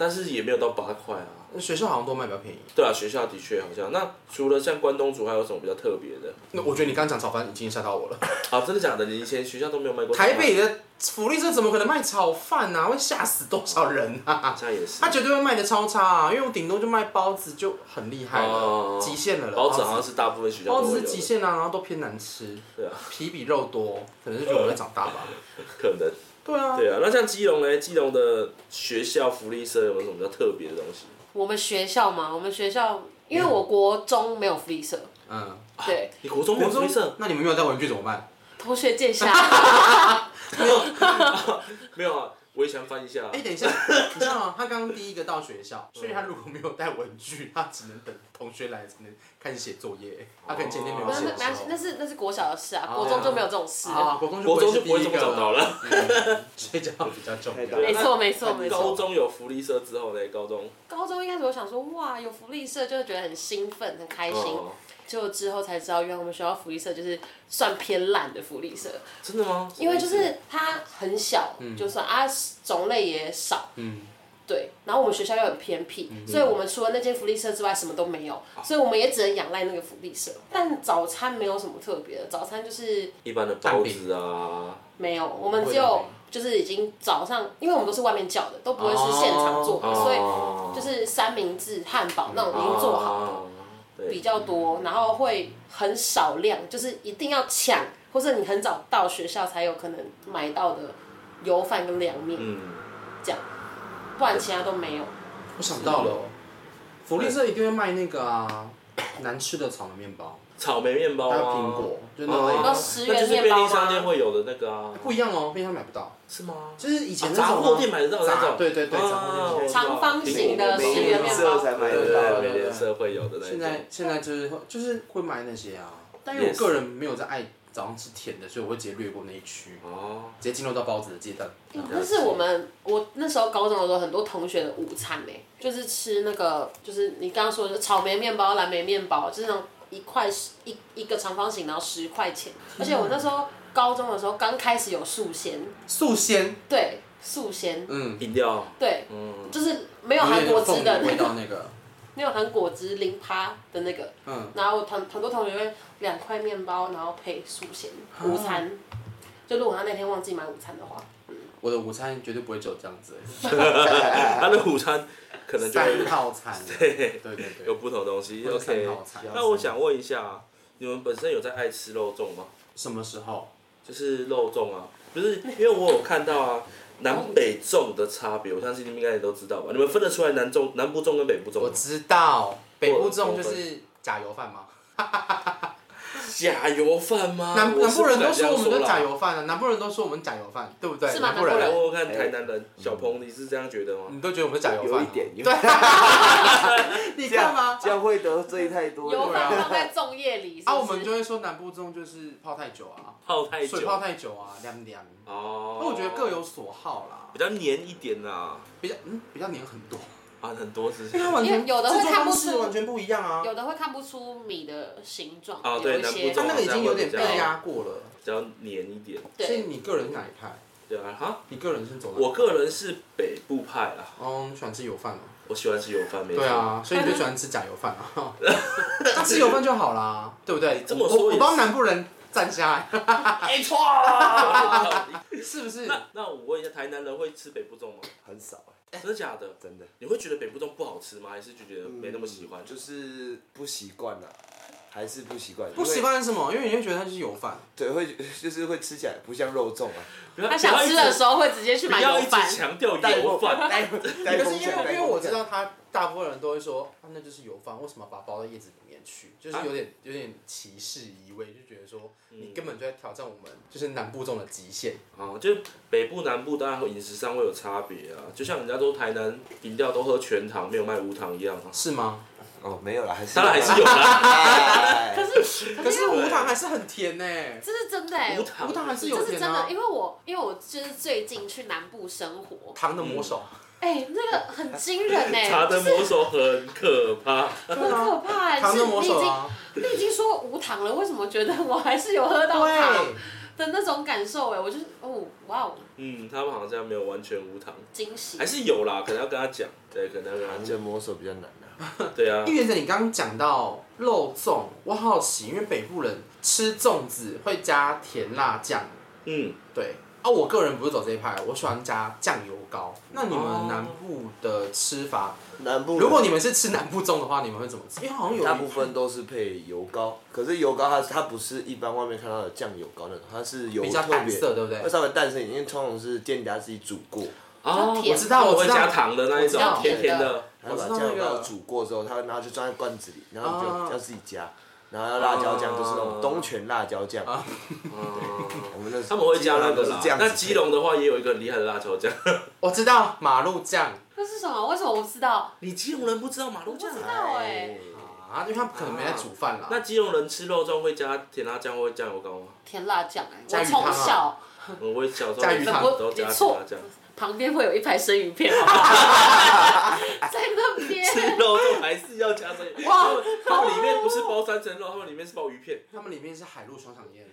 S2: 但是也没有到八块啊。
S1: 学校好像都卖比较便宜。
S2: 对啊，学校的确好像。那除了像关东煮，还有什么比较特别的？
S1: 那我觉得你刚讲炒饭已经吓到我了。
S2: 啊，真的假的？你以前学校都没有卖过？
S1: 台北的福利社怎么可能卖炒饭啊？会吓死多少人
S2: 好
S1: 啊！
S2: 像也是
S1: 他。绝对会卖的超差啊，因为我顶多就卖包子就很厉害了，
S2: 哦
S1: 极限了啦。
S2: 包子好像是大部分学校
S1: 包
S2: 都会
S1: 子
S2: 有
S1: 是
S2: 的
S1: 极限啊，然后都偏难吃，
S2: 对啊，
S1: 皮比肉多，可能是觉得我在长大 吧。
S2: 可能。
S1: 对啊，
S2: 对啊，那像基隆呢？基隆的学校福利社有没有什么比较特别的东西？
S3: 我们学校嘛，我们学校因为我国中没有福利社，
S1: 嗯，
S3: 对，
S2: 你国中没有福利社？
S1: 那你们没有带文具怎么 办？
S3: 同学见下，
S2: 没有啊，围墙翻一下啊。
S1: 哎、等一下，你知道吗？他刚刚第一个到学校，所以他如果没有带文具，他只能等同学来，只能开始写作业。他可能前天没有
S3: 那
S1: 写
S3: 那
S1: 的时
S3: 那是
S2: 哦
S1: 候
S3: 那是那是国小的事啊，国中就没有这种事。
S1: 啊，国中
S2: 国中就不
S1: 不
S2: 会
S1: 是
S2: 这
S1: 第一个
S2: 么
S1: 啊
S2: 早到了。
S1: 嗯 睡觉比较重要。
S3: 没错没错没
S2: 高
S3: 错，
S2: 中有福利社之后呢，高中
S3: 高中一开始我想说哇有福利社就会觉得很兴奋很开心，
S2: 哦
S3: 结果之后才知道原来我们学校福利社就是算偏烂的福利社，
S2: 真的吗？
S3: 因为就是它很小，就算啊种类也少，
S1: 嗯，
S3: 对，然后我们学校又很偏僻，所以我们除了那间福利社之外什么都没有，所以我们也只能仰赖那个福利社。但早餐没有什么特别的，早餐就是
S2: 一般的包子啊，
S3: 没有，我们
S1: 不会
S3: 只
S1: 有
S3: 有就是已经早上，因为我们都是外面叫的，都不会是现场做的，
S2: 哦
S3: 所以就是三明治、汉堡那种已经做好
S2: 啊
S3: 比
S2: 对，
S3: 较多，然后会很少量，就是一定要抢，或者你很早到学校才有可能买到的油饭跟凉面，
S2: 嗯，
S3: 不然其他都没有。
S1: 我想到了哦，福利社一定会卖那个啊，难吃的草莓面包，
S2: 草莓面包
S1: 还有
S2: 啊，
S1: 苹果，就那
S2: 哦，
S3: 那
S1: 类
S3: 十
S2: 那
S3: 元
S2: 就是
S3: 面
S2: 便
S3: 包吗
S2: 利商店会有的那个啊，
S1: 不一样哦，便利商店买不到。
S2: 是吗？
S1: 就是以前
S2: 啊
S1: 那种啊
S2: 杂货店买得到的那
S1: 杂
S2: 种，
S1: 对对对，杂
S2: 啊
S1: 货
S2: 我
S1: 店
S2: 知道
S3: 长方形
S2: 苹
S3: 的
S2: 果
S3: 十元面
S4: 色
S3: 包
S4: 才
S2: 对
S4: 买得
S2: 对
S4: 到
S2: 对，
S1: 对
S2: 美
S1: 对
S2: 联社会有的那一种
S1: 现在现在就是就是会买那些啊，但因为我
S2: Yes
S1: 个人没有在爱早上吃甜的，所以我会直接略过那一区，
S2: 哦，
S1: 直接进入到包子的阶段。
S3: 欸那是我们我那时候高中的时候，很多同学的午餐呢、就是吃那个，就是你刚刚说的草莓面包、蓝莓面包，就是那种一块十一一个长方形，然后十块钱。而且我那时候高中的时候刚开始有素鲜，
S1: 素鲜，
S3: 对素鲜，
S1: 嗯，
S2: 饮料，
S3: 对，
S2: 嗯，
S3: 就是没有韩国哦汁的
S1: 有点凤梨味
S3: 那
S1: 道
S3: 个，
S1: 那个，
S3: 没有韩国汁零趴的那个。
S1: 嗯，
S3: 然后很很多同学会两块面包，然后配素鲜午餐。就如果他那天忘记买午餐的话，
S1: 我的午餐绝对不会只有这样 子，
S2: 他的午餐可能就
S1: 哎三
S2: 会
S1: 套 餐，对对对，
S2: 有不同的东西。
S1: 或者三
S2: OK，
S1: 套餐。
S2: 那我想问一下，你们本身有在爱吃肉粽吗？
S1: 什么时候？
S2: 就是肉粽啊，不是因为我有看到啊，南北粽的差别，我相信你们应该也都知道吧？你们分得出来南粽、南部粽跟北部粽
S1: 我
S2: 吗？
S1: 知道北部粽就是假油饭吗？
S2: 假油饭吗？
S1: 南
S2: 我
S1: 南
S2: 是
S1: 部
S2: 不
S1: 人
S2: 敢
S1: 都
S2: 这
S1: 说
S2: 样
S1: 啊我们都
S2: 啦
S1: 假。油饭了，南部人都说我们假油饭，对不对？
S3: 是吗
S1: 部
S2: 来
S1: 人
S3: 南部
S2: 问问看，台南人小
S1: 哎
S2: 鹏，你是这样觉得吗？
S1: 你都觉得我们是假油饭啊？
S4: 有一点有一
S1: 对
S4: 点，
S1: 你
S4: 这
S1: 看啊
S4: 样
S1: 吗？
S4: 这样会得罪太多
S3: 油
S1: 对
S3: 饭
S1: 啊
S3: 放在粽叶里是不
S1: 啊，
S3: 是
S1: 我们就会说南部粽就是泡太久啊，
S2: 泡太久
S1: 水。泡太久啊，凉凉。
S2: 哦。
S1: 那我觉得各有所好啦
S2: 比，较黏一点啦，
S1: 比较嗯比较黏很多，
S2: 啊，很多是不
S1: 因为它
S2: 是。
S1: 完
S3: 因
S1: 全
S3: 为有的会
S1: 制作
S3: 看不
S1: 方式
S3: 出
S1: 完全不一样啊。
S3: 有的会看不出米的形状，
S2: 哦对
S3: 有一些
S2: 南
S1: 它
S2: 部
S1: 那个已经有点被压过了，
S2: 比较黏一点，
S1: 所以
S3: 对，
S1: 你个人是哪一派？
S2: 对啊，哈，
S1: 你个人是走哪？
S2: 我个人是北部派啦，
S1: 哦，你喜欢吃油饭哦。
S2: 我喜欢吃油饭，没错。
S1: 对啊，所以你就喜欢吃假油饭啊？那吃油饭就好啦，对不对？
S2: 这么
S1: 我
S2: 说也
S1: 我
S2: 是
S1: 帮南部人站下来，
S2: 没错啊。
S1: 是不是？
S2: 那那我问一下，台南人会吃北部粽吗？
S4: 很少哎，
S2: 真的假的？
S4: 真的
S2: 你会觉得北部粽不好吃吗？还是就觉
S1: 嗯
S2: 得没那么喜欢？就
S4: 就是是不习惯啦，还是不习惯，
S1: 不习惯是什么？因为你会觉得它就是油饭。
S4: 对，会 就是会吃起来不像肉粽 啊，
S2: 不要
S3: 他想吃的时候会直接去
S2: 不
S3: 买
S2: 要
S3: 油
S2: 一直不要
S3: 饭
S2: 一直，强调油饭，
S4: 带带
S1: 可是
S4: 风
S1: 因
S4: 向，
S1: 为
S4: 带
S1: 因为我
S4: 风
S1: 知
S4: 向。
S1: 道他大部分人都会说，啊、那就是油饭，为什么要把它包到叶子里面去？就是有点、有点歧视意味，就觉得说你根本就在挑战我们就是南部众的极限。
S2: 啊，就北部南部当然饮食上会有差别啊，就像人家说台南饮料都喝全糖，没有卖无糖一样啊。
S1: 是吗？
S4: 哦，没有啦，还是
S2: 当然还是有啦，
S4: 哎
S3: 可是
S1: 可是
S3: 我
S1: 无糖还是很甜呢、
S5: 这是真的哎、
S3: 欸
S2: 无糖
S1: 无糖还是有
S5: 这是
S1: 甜
S5: 真
S1: 啊
S5: 的，。因为我因为我就是最近去南部生活，
S1: 糖的魔手，啊
S5: 哎、那个很惊人
S3: 欸
S5: 哎、
S2: 茶的魔手很可怕。
S1: 对
S5: 很可
S1: 啊，
S5: 怕
S3: 欸嗯
S5: 哎、
S1: 糖
S5: 是
S1: 的
S5: 你
S1: 魔
S5: 已
S1: 手
S5: 经
S1: 啊，
S5: 你已经说无糖了，为什么觉得我还是有喝到糖
S1: 对，
S5: 的那种感受哎、我就是哦哇哦
S2: 嗯，他们好像没有完全无糖，
S5: 惊喜
S1: 哎
S2: 还，是有啦，可能要跟他讲，对，可能要跟他
S4: 反
S2: 讲
S4: 正，摸手比较难啊。
S2: 对啊
S1: 一，元姐，你刚刚讲到肉粽，我好奇，因为北部人吃粽子会加甜辣酱，
S2: 嗯，
S1: 对啊，我个人不是走这一派，我喜欢加酱油膏。那你
S2: 哦
S1: 们南部的吃法，
S4: 南部人
S1: 如果你们是吃南部粽的话，你们会怎么吃？因为好像有
S4: 大部分都是配油膏，可是油膏它它不是一般外面看到的酱油膏那种，它是有
S1: 比较
S4: 特
S1: 淡
S4: 别呃
S1: 色，对不对
S4: 会？稍微淡色一点，因为通常是店家自己煮过，
S2: 哦，
S5: 甜
S1: 我知道，我
S2: 会
S1: 知道
S2: 加，糖的那一种
S1: 我知，道
S2: 甜甜的，
S4: 然
S1: 我
S4: 后把
S1: 知道
S4: 酱油
S1: 那
S4: 膏
S1: 个
S4: 煮过之后，它然后就装在罐子里，然后
S1: 啊
S2: 哦
S4: 你就要自己加，然后要辣椒酱就是那种东泉辣椒酱，
S2: 嗯，
S4: 我们那时
S2: 哦 他
S4: 候
S2: 们会加那个
S4: 基本上
S2: 啦
S4: 都是这。样子
S2: 那基隆的话也有一个很厉害的辣椒酱，
S1: 我知道马路酱
S5: 那是什么？为什么我不知道？
S2: 你基隆人不知道马路酱
S5: 我不知
S2: 啊？
S5: 道哎
S4: 哎
S1: 啊，因为他们可能没在煮饭
S4: 啊
S1: 啦。
S2: 那基隆人吃肉粽会加甜辣酱或酱油膏吗？
S5: 甜辣酱哎、
S1: 加
S5: 我
S1: 鱼汤
S5: 从
S1: 啊
S5: 小
S2: 嗯，我小时候
S1: 加鱼汤
S2: 都加甜辣酱，
S5: 旁边会有一排生鱼 片，好不好 在那
S2: 吃
S5: 边。
S2: 肉粽还是要加这个。
S5: 哇
S2: 他们他们里面不是包三层肉，他们里面是包鱼 片，
S1: 他们里面是海陆双响宴，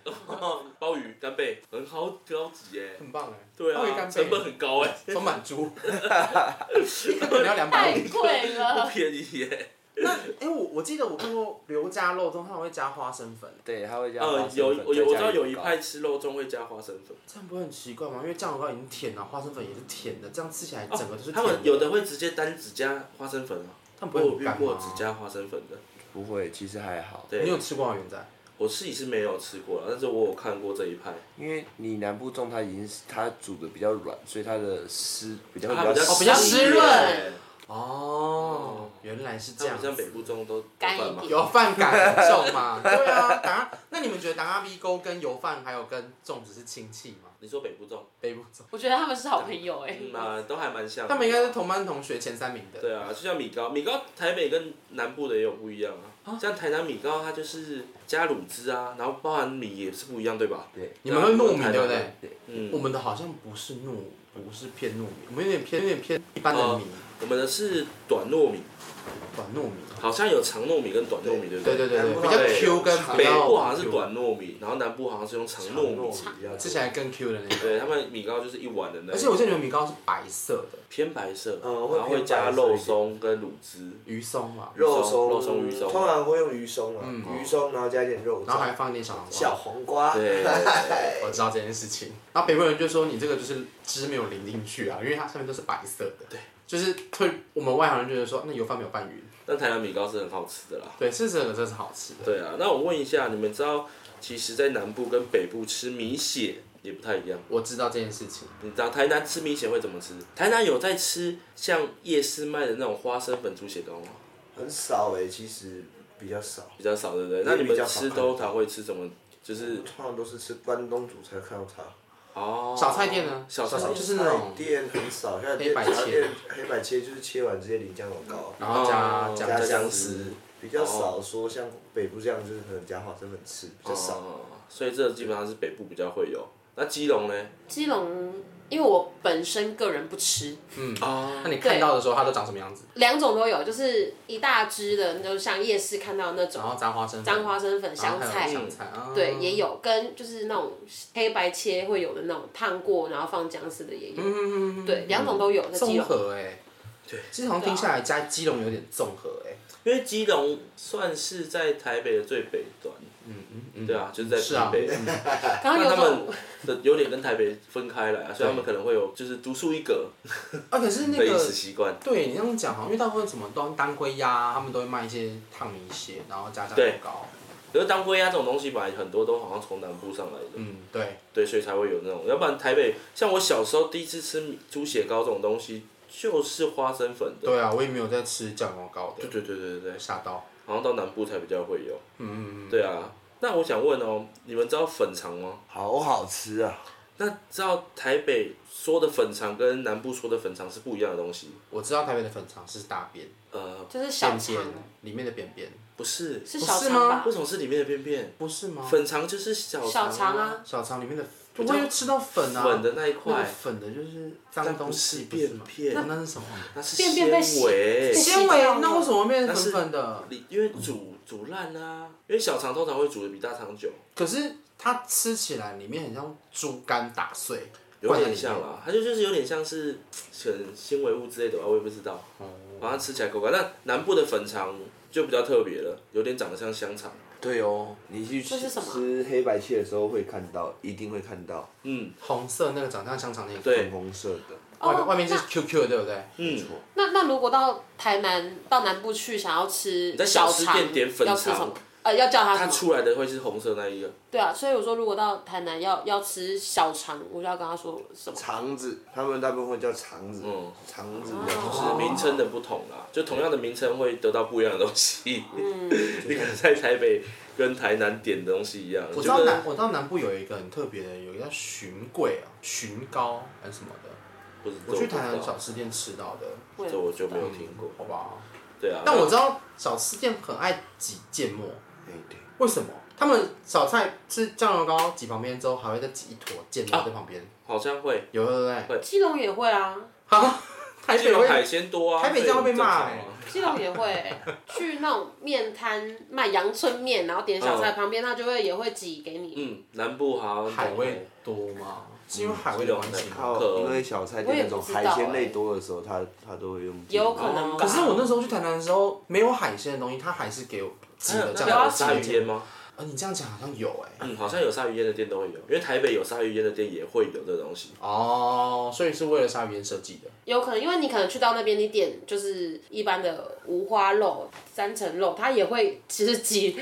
S2: 包鱼干贝，很好高级耶。
S1: 很棒哎，
S2: 对
S1: 鲍鱼
S2: 啊，
S1: 干
S2: 成本
S1: 贝，
S2: 很高哎，
S1: 充满 猪， 一个可能要两百
S5: 太
S1: 五。
S3: 哎
S5: 贵
S2: 不
S5: 了，
S2: 便宜耶。
S1: 那哎，我我记得我看过刘家肉粽，他们会加花生粉，
S4: 对，它会加花
S2: 呃
S4: 生，粉
S2: 有我有我知道有一，
S4: 再加
S2: 派
S4: 油
S2: 吃肉粽会加花生粉，
S1: 这样不会很奇怪吗？因为酱油膏已经甜了，花生粉也是甜的，这样吃起来哦整个都是
S2: 哦他
S1: 甜
S2: 们有的会直接单只加花生粉啊，
S1: 他们不
S2: 我
S1: 会
S2: 有
S1: 很
S2: 遇
S1: 干
S2: 过
S1: 吗
S2: 只加花生粉的。
S4: 膏不会，其实还好，
S1: 你有
S2: 对，
S1: 吃过吗？元仔？
S2: 我自己是没有吃过啦，但是我有看过这一派，
S4: 因为你南部粽它已经是它煮的比较软，所以它的湿比较
S2: 它
S4: 会
S1: 哦
S2: 湿
S1: 比较湿润
S2: 耶
S1: 哦，原来是这
S2: 它
S1: 样
S2: 不像北部
S1: 子。
S2: 粽都
S5: 干
S2: 饭
S5: 一
S2: 嘛。
S5: 点。
S1: 油饭感很重嘛？对啊，达那你们觉得达阿 V 沟跟油饭还有跟粽子是亲戚吗？
S2: 你说北部粽，
S1: 北部粽，
S5: 我觉得他们是好朋 友哎、
S2: 嗯
S1: 啊
S2: 嘛，都还蛮像。
S1: 他们应该是同班同学前三名的。
S2: 对啊，就像米糕，米糕台北跟南部的也有不一样啊。像台南米糕，它就是加卤汁啊，然后包含米也是不一样，对啊吧？
S4: 对，
S1: 你们会糯米对不对？我
S2: 嗯，
S1: 们的好像不是糯，不是偏糯米，我们有点偏有点偏一般的米，
S2: 我们的是短糯米，
S1: 短糯米。
S2: 好像有长糯米跟短糯米，对不
S1: 对对
S2: 对
S1: 对
S4: 南
S1: 对，
S4: 部
S1: 比较
S2: 对
S1: Q 跟比
S2: 北
S1: 较
S2: 部好像是，短糯米，然后南部好像是用长糯米啊
S4: 长啊糯米
S2: 样
S1: 吃起来更 Q 的那种。
S2: 对他们米糕就是一碗的那种，
S1: 而且我记得你们米糕是白色的，
S2: 偏白色，然
S4: 嗯
S2: 后
S4: 会
S2: 会
S4: 偏白
S2: 加
S4: 色
S2: 肉
S4: 一点
S2: 松跟卤汁，
S1: 鱼松嘛，
S4: 肉
S2: 松
S4: 松，
S2: 肉松鱼松
S4: 通常会用鱼松啊，
S1: 嗯
S4: 鱼松然后加一点肉，
S1: 然后还放一点小黄
S4: 小
S1: 瓜。
S4: 黄瓜，
S2: 对，
S1: 我知道这件事情，然后北部人就说你这个就是汁没有淋进去啊，因为它上面都是白色的。
S2: 对，
S1: 就是推我们外行人就觉得说那油饭没有拌匀，
S2: 但台南米糕是很好吃的啦。
S1: 对，是这个真是好吃的。
S2: 对啊，那我问一下，你们知道，其实，在南部跟北部吃米血也不太一样。
S1: 我知道这件事情，
S2: 你知道台南吃米血会怎么吃？台南有在吃像夜市卖的那种花生粉猪血糕吗？
S4: 很少哎，其实比较少，
S2: 比较少，对不对？
S4: 也
S2: 那你
S4: 比较
S2: 们
S4: 少
S2: 吃
S4: 看
S2: 都
S4: 到
S2: 还会吃什么？就是
S4: 通常都是吃关东煮才看到它。
S2: 哦，
S1: 小菜店呢
S2: 小菜
S1: 小
S2: 店
S1: 就是那种
S4: 菜店很少，现在
S1: 黑白切
S4: 茶店黑白切就是切完直接淋酱油膏，
S1: 然后加
S2: 哦
S1: 加
S2: 加
S1: 姜
S2: 姜
S4: 姜
S2: 丝
S4: 丝，比较少说像北部这样就是可能加花生粉吃，比较少。
S2: 哦，所以这基本上是北部比较会有。那基隆呢？
S5: 基隆，因为我本身个人不吃，
S2: 哦
S1: 那你看到的时候它都长什么样子？
S5: 两种都有，就是一大支的，就像夜市看到那
S1: 然
S5: 种
S1: 后沾花生粉，
S5: 沾花生粉、
S1: 然后
S5: 香
S1: 哦还
S5: 菜
S1: 有，香菜啊，
S5: 对，
S2: 嗯
S5: 也有跟就是那种黑白切会有的那种烫过，然后放姜丝的也有，
S1: 嗯，
S5: 对，两种都有在基
S1: 综
S5: 隆。
S1: 合哎，对，其实好像听下来加基隆有点综合哎，
S2: 因为基隆算是在台北的最北端，
S1: 嗯嗯嗯，
S2: 对啊，就是在
S1: 是啊
S2: 台北。
S5: 然后有
S2: 那他
S5: 种
S2: 们的有点跟台北分开来啊，所以他们可能会有就是独树一格
S1: 啊，可是那
S2: 的饮
S1: 个
S2: 食习惯。
S1: 对你这样讲，好像因为大部分什么都当归鸭，他们都会卖一些烫米血，然后加酱油膏。
S2: 可是当归鸭这种东西，本来很多都好像从南部上来的，
S1: 嗯，对，
S2: 对，所以才会有那种。要不然台北，像我小时候第一次吃米猪血糕这种东西，就是花生粉的。
S1: 对啊，我也没有在吃酱油膏
S2: 对
S1: 的，
S2: 对对对对，对
S1: 吓到。
S2: 好像到南部才比较会有。
S1: 嗯嗯嗯，
S2: 对啊，那我想问哦，你们知道粉肠吗？
S4: 好好吃啊！
S2: 那知道台北说的粉肠跟南部说的粉肠是不一样的东西。
S1: 我知道台北的粉肠是大便，
S2: 呃，
S5: 就是小
S1: 便
S5: 肠
S1: 便，里面的便便，
S2: 不哦是，
S5: 是
S1: 不
S5: 小
S1: 是
S5: 肠啊
S1: 吗
S5: 吧
S2: 为？什么是里面的便便？
S1: 不是吗？
S2: 粉肠就是小
S5: 小肠
S2: 肠
S5: 啊，，
S1: 小肠里面的，
S2: 比
S1: 我
S2: 较
S1: 会吃到粉啊，
S2: 粉的那一
S1: 那个
S2: 块，
S1: 粉的就是
S2: 但
S1: 脏
S2: 不
S1: 东
S2: 是
S1: 西，
S2: 便
S1: 吗
S2: 便
S1: 那那是什么？
S2: 那是
S5: 便便被
S2: 纤维。
S5: 被
S1: 纤维，那为什么变成
S2: 那是
S1: 粉粉的？
S2: 里因为煮煮烂啊，因为小肠通常会煮的比大肠久，
S1: 可是它吃起来里面很像猪肝打碎，
S2: 有
S1: 灌在
S2: 点
S1: 里
S2: 像啊
S1: 面。
S2: 啦，它就就是有点像是可能纤维物之类的吧，我也不知道。
S5: 嗯
S2: 反正吃起来口感，那南部的粉肠就比较特别了，有点长得像香肠。
S4: 对哦，你去
S5: 这是
S4: 吃
S5: 什么啊
S4: 吃黑白切的时候会看到，一定会看到
S2: 嗯，
S1: 红色那个长得像香肠那个，
S2: 对嗯
S4: 粉红色的，
S5: 哦
S1: 外面外面是 QQ 的，对不对？
S4: 没错。
S5: 那那如果到台南到南部去，想要吃
S2: 在小
S5: 小
S2: 吃
S5: 肠，
S2: 店点粉
S5: 要吃
S2: 肠
S5: 什么？呃，要叫他
S2: 它
S5: 什么？
S2: 出来的会是红色那一个，
S5: 对啊，所以我说如果到台南要要吃小肠，我就要跟他说什么？
S4: 肠子，他们大部分叫肠子
S2: 嗯，哦
S4: 肠
S2: 就
S4: 子
S2: 是名称的不同
S1: 哦
S2: 啦，就同样的名称会得到不一样的东西。 你可能在台北跟台南点的东西一样，
S1: 我
S2: 你
S1: 知
S2: 觉
S1: 道
S2: 得
S1: 南，我知道南部有一个很特别的，有一个叫寻桂啊，寻糕还是什么的，
S2: 不是？
S1: 我去台
S2: 这
S1: 南
S2: 不知道
S1: 小吃店吃到的，嗯
S5: 我也
S2: 这我
S5: 不知
S2: 就没
S5: 道
S2: 有听过。
S1: 好吧？
S2: 对啊，
S1: 但我知道小吃店很爱挤芥末，
S4: 哎对，
S1: 为什么？他们小菜吃酱油膏挤旁边之后，还会再挤一坨芥
S2: 啊
S1: 末在旁边，
S2: 好像会。
S1: 有对不对？
S5: 基隆也会啊，
S1: 好，台
S2: 基
S1: 北
S2: 隆
S1: 会
S2: 海鲜多啊，
S1: 台北这样会被骂欸
S5: 基隆也会、去那种面摊卖阳春面，然后点小菜，旁边他就会也会挤给你。
S2: 嗯，南部好
S1: 海味多吗？是因为海味的关系吗？
S2: 哦
S4: 靠，因为小菜店那种
S5: 我也不知道哎
S4: 海鲜类多的时候，它它都会用。
S5: 也有可能吧
S1: 可是我那时候去台南的时候，没有海鲜的东西，他还是给我挤
S2: 那
S1: 了
S2: 那
S1: 酱
S2: 有
S1: 油
S2: 鲨鱼
S1: 芥
S2: 烟
S1: 末。
S2: 吗？
S1: 啊，你这样讲好像有哎、
S2: 嗯，好像有鲨鱼烟的店都会有，因为台北有鲨鱼烟的店也会有这东西。
S1: 哦，所以是为了鲨鱼烟设计的。
S5: 有可能，因为你可能去到那边，你点就是一般的五花肉、三层肉，它也会其实挤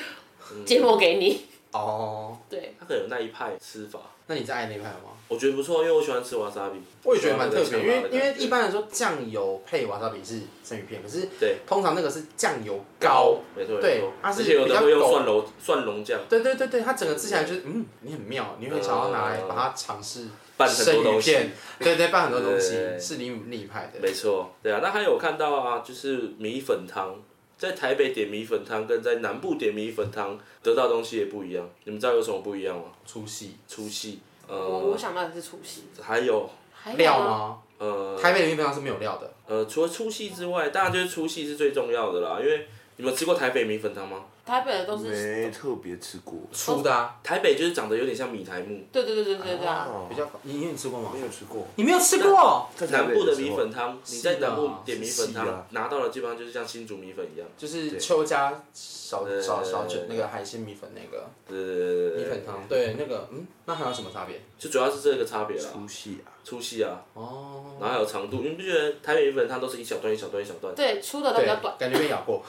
S5: 芥末给你。
S1: 哦，
S5: 对，
S2: 它可能有那一派吃法，
S1: 那你在爱那派吗？
S2: 我觉得不错，因为我喜欢吃瓦萨比。
S1: 我也觉得蛮特别，因为
S2: 喜欢那个
S1: 因为
S2: 啊感觉
S1: 一般来说酱油配瓦萨比是生鱼片，可是
S2: 对
S1: 通常那个是酱油膏。
S2: 没错
S1: 对
S2: 没错，
S1: 它是
S2: 而且有
S1: 比
S2: 的
S1: 较
S2: 会用
S1: 狗
S2: 蒜蓉蒜蓉酱
S1: 对对对对，它整个吃起来就是嗯，你很妙，你会想要拿来把它尝试
S2: 拌很
S1: 生
S2: 多
S1: 鱼
S2: 东西。
S1: 片，对对，拌很多东西
S2: 对
S1: 是你另一派的。
S2: 没错，对啊，那还有看到啊，就是米粉汤，在台北点米粉汤跟在南部点米粉汤得到的东西也不一样，你们知道有什么不一样吗？
S1: 粗细
S2: 粗细，
S5: 我
S2: 呃
S5: 我，想到的是除夕，
S2: 还有
S5: 还
S3: 哎
S5: 有啊
S1: 料
S5: 吗？
S1: 吗？
S2: 呃
S1: 台北的面包是没有料的，
S2: 呃，除了粗细之外，当然就是粗细是最重要的啦，因为你们吃过台北米粉汤吗？
S5: 台北的都是，
S4: 没特别吃过，
S1: 粗的啊，
S2: 台北就是长得有点像米苔目，
S5: 对对对对对对啊，
S4: 哦
S1: 比较你你有吃过吗
S4: 没？有吃过。
S1: 你没有吃过，
S4: 在台
S2: 南
S4: 北
S2: 部的
S4: 时
S2: 米
S4: 候
S2: 粉汤，你在
S1: 是的
S2: 南
S1: 啊
S2: 部点米粉
S4: 是
S2: 汤
S4: 啊
S2: 拿到的基本上就是像新竹米粉一样，
S1: 就是
S4: 对
S1: 邱家小小小卷
S2: 对
S1: 那个海鲜米粉那个
S2: 呃，
S1: 米粉汤，对那个嗯，那还有什么差别？
S2: 就主要是这个差别啦，
S4: 粗细啊，
S2: 粗细啊，
S1: 哦，
S2: 然后还有长度，你不觉得台北米粉汤都是一小段一小段一小段，
S5: 对，出的都比
S1: 对
S5: 较短，，
S1: 感觉被咬过，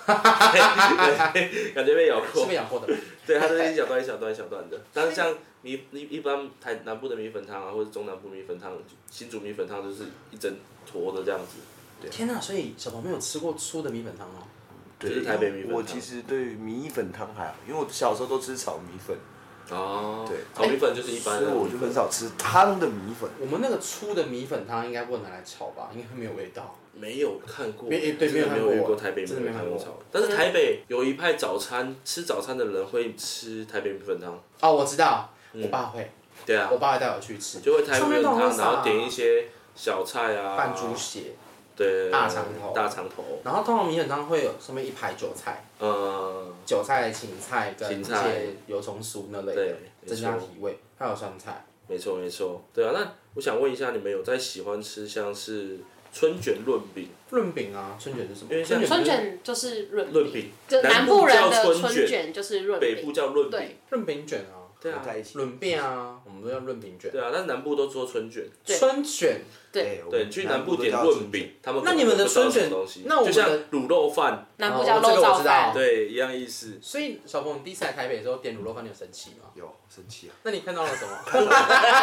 S2: 感觉被咬
S1: 是
S2: 过
S1: 被？咬过的。
S2: 对，它都是一小段一小段一小段的。但是像米一一般台南部的米粉汤啊，或者中南部米粉汤、新竹米粉汤，就是一整坨的这样子。
S1: 天哪，所以小朋友有吃过粗的米粉汤哦。
S4: 对，
S2: 就是台北米粉汤
S4: 我其实对于米粉汤还好，因为我小时候都吃炒米粉，
S2: 哦，
S4: 对
S2: 炒米粉就是一般的
S4: 所以
S1: 哎
S4: 我就很少吃汤的米粉。
S1: 我们那个粗的米粉汤应该不能拿来炒吧，应该没有味道。
S2: 没有看过，
S1: 没对
S2: 真的
S1: 没有看
S2: 没
S1: 过
S2: 遇过台北米
S1: 真的
S2: 粉
S1: 没看
S2: 汤
S1: 过
S2: 炒。但是台北有一派早餐吃早餐的人会吃台北米粉汤，
S1: 哦，我知道，我爸会，
S2: 对啊
S1: 我，爸会带我去吃，
S2: 就会台北
S1: 上
S2: 米
S1: 面
S2: 粉
S1: 都
S2: 汤，
S1: 会
S2: 然后
S1: 撒
S2: 点一些小菜啊，
S1: 拌啊猪血，
S2: 对，
S1: 大肠头
S2: 大肠头，
S1: 然后通常米粉汤会有上面一排韭菜，
S2: 呃，
S1: 韭菜、芹菜跟
S2: 芹
S1: 一
S2: 菜
S1: 些油葱酥那类的
S2: 对，没
S1: 增加
S2: 错
S1: 提味，还有酸菜。
S2: 没错没错，对啊。那我想问一下，你们有在喜欢吃像是春卷润饼？润
S1: 润饼啊，春卷是什么
S2: 因为？像
S1: 卷
S5: 春
S1: 不是
S5: 卷就是润
S2: 润饼，
S5: 就南
S2: 南
S5: 部人
S2: 叫
S5: 的
S2: 春
S5: 春
S2: 卷，
S5: 卷就是润
S2: 北部
S5: 饼，
S2: 叫润饼
S5: 对，
S1: 润饼卷啊，
S2: 对
S4: 合
S2: 啊，
S4: 在一起。
S1: 润饼啊，我们都叫润饼卷。
S2: 对啊。但南部都说春卷，
S5: 对
S1: 春卷，
S5: 对，
S4: 哎我们
S2: 对，你去南部
S4: 都
S2: 点
S4: 叫
S2: 润
S4: 春卷，
S2: 饼，他们
S1: 那你们的
S2: 可能不知道
S1: 春
S2: 什
S1: 卷
S2: 么东西，
S1: 那我
S2: 就
S1: 们
S2: 像
S1: 的
S2: 卤肉饭，
S5: 南部
S1: 哦
S5: 叫
S1: 这个
S5: 肉
S1: 我
S5: 燥
S1: 知道
S5: 饭，
S2: 对，一样意思。
S1: 所以小鹏，你第一次来台北的时候点卤肉饭，你有生气吗？
S4: 有生气啊！
S1: 那你看到了什么？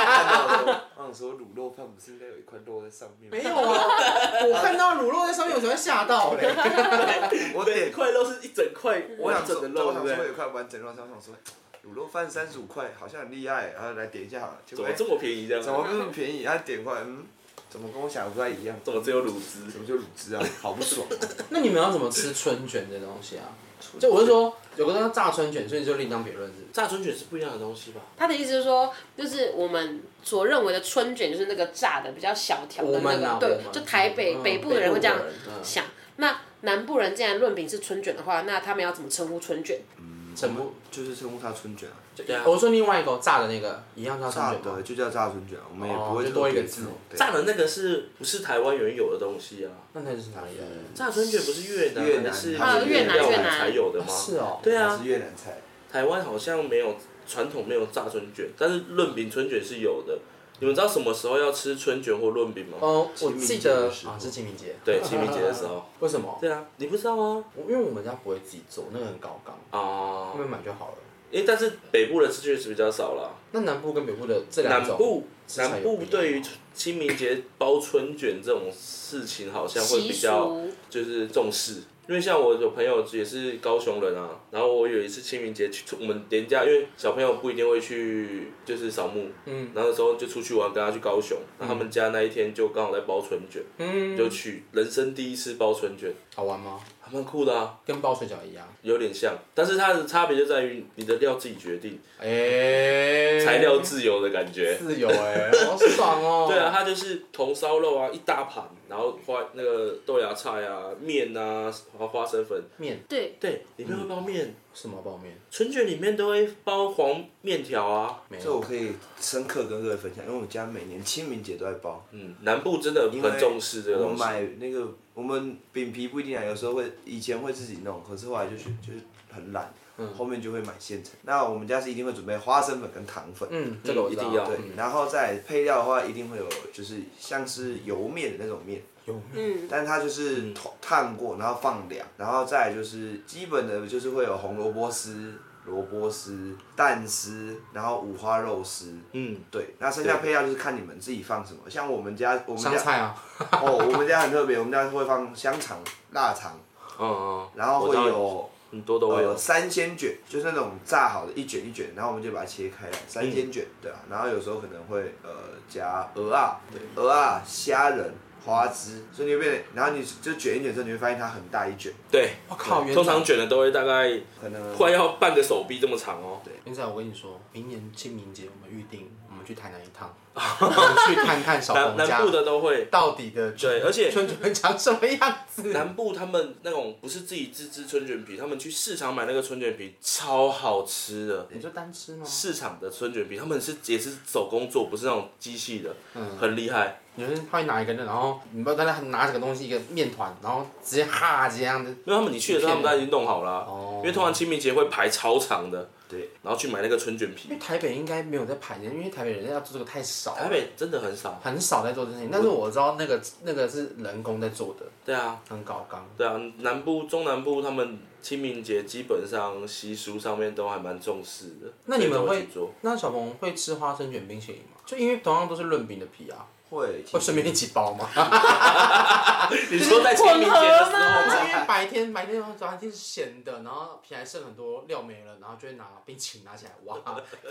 S4: 我想说卤肉饭不是应该有一块肉在上 面
S1: 没
S4: 吗？
S1: 有啊，我看到卤肉在上面，我才会吓到欸嘞。
S4: 我
S2: 每一
S4: 点，
S2: 块肉是一整块
S4: 我
S2: 完
S4: 想
S2: 整
S4: 说，
S2: 的肉，
S4: 我
S2: 对
S4: 想
S2: 不
S4: 说
S2: 对？
S4: 有一块完整肉，我想说卤肉饭三十五块，好像很厉害，然后来点一下好了。结
S2: 怎么
S4: 果哎
S2: 这么便宜这样？
S4: 怎么那么便宜？他点过来，嗯，怎么跟我想的不太一样？
S2: 怎么只有卤汁？
S4: 怎么就卤汁啊？好 不爽、
S1: 那你们要怎么吃春卷这东西啊？就我是说，有个叫炸春卷，所以就另当别论，是不是？
S2: 炸春卷是不一样的东西吧？
S5: 他的意思是说，就是我们所认为的春卷，就是那个炸的比较小条
S1: 我
S5: 的那
S1: 们啊
S5: 个，对
S1: 我，们
S5: 就台北
S1: 嗯
S5: 北部的人会这样
S1: 北部的人嗯
S5: 想。那南部人既然论饼是春卷的话，那他们要怎么称呼春卷？
S1: 怎么？
S4: 就是称呼它春卷啊，
S2: 对啊
S1: 我说另外一个炸的那个一样叫
S4: 炸
S1: 春卷
S4: 的
S1: 吗？
S4: 就叫炸春卷，啊我们也
S1: 哦
S4: 不会
S1: 就多一个
S4: 特别
S1: 字
S4: 对
S2: 炸的那个是不是台湾原有的东西啊？
S1: 那那是哪里的？
S2: 炸春卷不是越南
S4: 越
S2: 还
S4: 南
S2: 是
S4: 它是越南
S2: 料理
S4: 越
S5: 南
S2: 才有的吗？
S1: 是哦，
S2: 对
S4: 它
S2: 啊
S4: 是，越南菜。
S2: 台湾好像没有传统没有炸春卷，但是润饼春卷是有的。你们知道什么时候要吃春卷或润饼吗？
S1: 哦，
S4: 清
S1: 我
S4: 明
S1: 记
S4: 节
S1: 得
S4: 的时候
S1: 啊，是清明节。
S2: 对，清明节的时候。
S1: 为什么？
S2: 对啊，你不知道吗？
S1: 我因为我们家不会自己做，那个很高纲，
S2: 啊
S1: 外，面买就好了。
S2: 因为但是北部的吃确实比较少啦。
S1: 那南部跟北部的这两
S2: 南
S1: 种，
S2: 部
S1: 食材有
S2: 南部
S1: 不一样
S2: 对于
S1: 吗
S2: 清明节包春卷这种事情好像会
S5: 习
S2: 比较
S5: 俗
S2: 就是重视，因为像我有朋友也是高雄人啊，然后我有一次清明节去我们连假，因为小朋友不一定会去就是扫墓，
S1: 嗯，
S2: 然后那时候就出去玩，跟他去高雄，然后他们家那一天就刚好在包春卷，
S1: 嗯，
S2: 就去人生第一次包春卷，
S1: 好玩吗？
S2: 还蛮酷的啊，
S1: 跟包水饺一样。
S2: 有点像，但是它的差别就在于你的料自己决定，
S1: 嗯哎，
S2: 嗯材料自由的感觉。
S1: 自由哎， 好爽哦。
S2: 对啊，，它就是红烧肉啊，一大盘，然后花那个豆芽菜啊、面啊、花花生粉，
S1: 面
S5: 对，
S2: 对，里面会包面，
S1: 什么泡面？
S2: 春卷里面都会包黄面条啊。
S1: 没
S4: 这我
S1: 有。
S4: 可以深刻跟各位分享，因为我们家每年清明节都在包。
S2: 嗯，南部真的
S4: 因为
S2: 很重视这个
S4: 我
S2: 东西。
S4: 买那个，我们饼皮不一定啊，有时候会以前会自己弄，可是后来就是就是很懒，
S2: 嗯
S4: 后面就会买现成。那我们家是一定会准备花生粉跟糖粉，
S1: 嗯，这个我知道
S2: 一定要
S4: 对，然后再配料的话，一定会有就是像是油面的那种面，
S1: 有
S5: 嗯，
S4: 但它就是烫烫过，然后放凉，然后再来就是基本的就是会有红萝卜丝、萝卜丝、蛋丝，然后五花肉丝。
S2: 嗯，
S4: 对，那剩下配料就是看你们自己放什么。像我们家，我们
S1: 香
S4: 家
S1: 菜啊，
S4: 哦，我们家很特别，我们家会放香肠、腊肠，
S2: 哦哦，
S4: 然后
S2: 我
S4: 会
S2: 知道
S4: 有
S2: 很多都会有嗯
S4: 呃。三鲜卷，就是那种炸好的一卷一卷，然后我们就把它切开来，三鲜卷对啊，然后有时候可能会呃加鹅啊，对，鹅啊、虾仁、花枝，所以你会变，然后你就卷一卷之后，你会发现它很大一卷，
S2: 对，
S1: 我靠，园
S2: 通
S1: 长
S2: 常卷的都会大概
S4: 可能
S2: 快要半个手臂这么长哦。
S1: 现在我跟你说，明年清明节我们预定，我们去台南一 趟，我们去看看小
S2: 南
S1: 红家
S2: 南部的都会，
S1: 到底的
S2: 对，而且
S1: 春卷长什么样 子。
S2: 南部他们那种不是自己自制春卷皮，他们去市场买那个春卷皮超好吃的。
S1: 你就单吃吗？
S2: 市场的春卷皮，他们是也是手工做，不是那种机器的，很厉害。
S1: 有人他会拿一个那，然后你不知道他拿这个东西一个面团，然后直接哈这样子。
S2: 因为他们你去的时候，他们都已经弄好了啊、
S1: 哦
S2: 因为通常清明节会排超长的，
S4: 对，
S2: 然后去买那个春卷
S1: 因为
S2: 皮。
S1: 台北应该没有在排人，因为台北人要做这个太少，
S2: 台北真的很少。
S1: 很少在做这件事情。但是我知道那个那个是人工在做的，
S2: 对啊，
S1: 很高纲。
S2: 对啊，南部、中南部他们清明节基本上习俗上面都还蛮重视的。
S1: 那你们
S2: 所以都
S1: 会
S2: 去做？
S1: 那小鹏会吃花生卷冰淇淋吗？就因为同样都是润饼的皮啊，
S4: 会
S1: 会顺便一起包吗？
S2: 你说在清明节的时候吗？
S1: 因为白天白天的话早餐厅是咸的，然后皮还剩很多料没了，然后就会拿冰淇淋拿起来哇，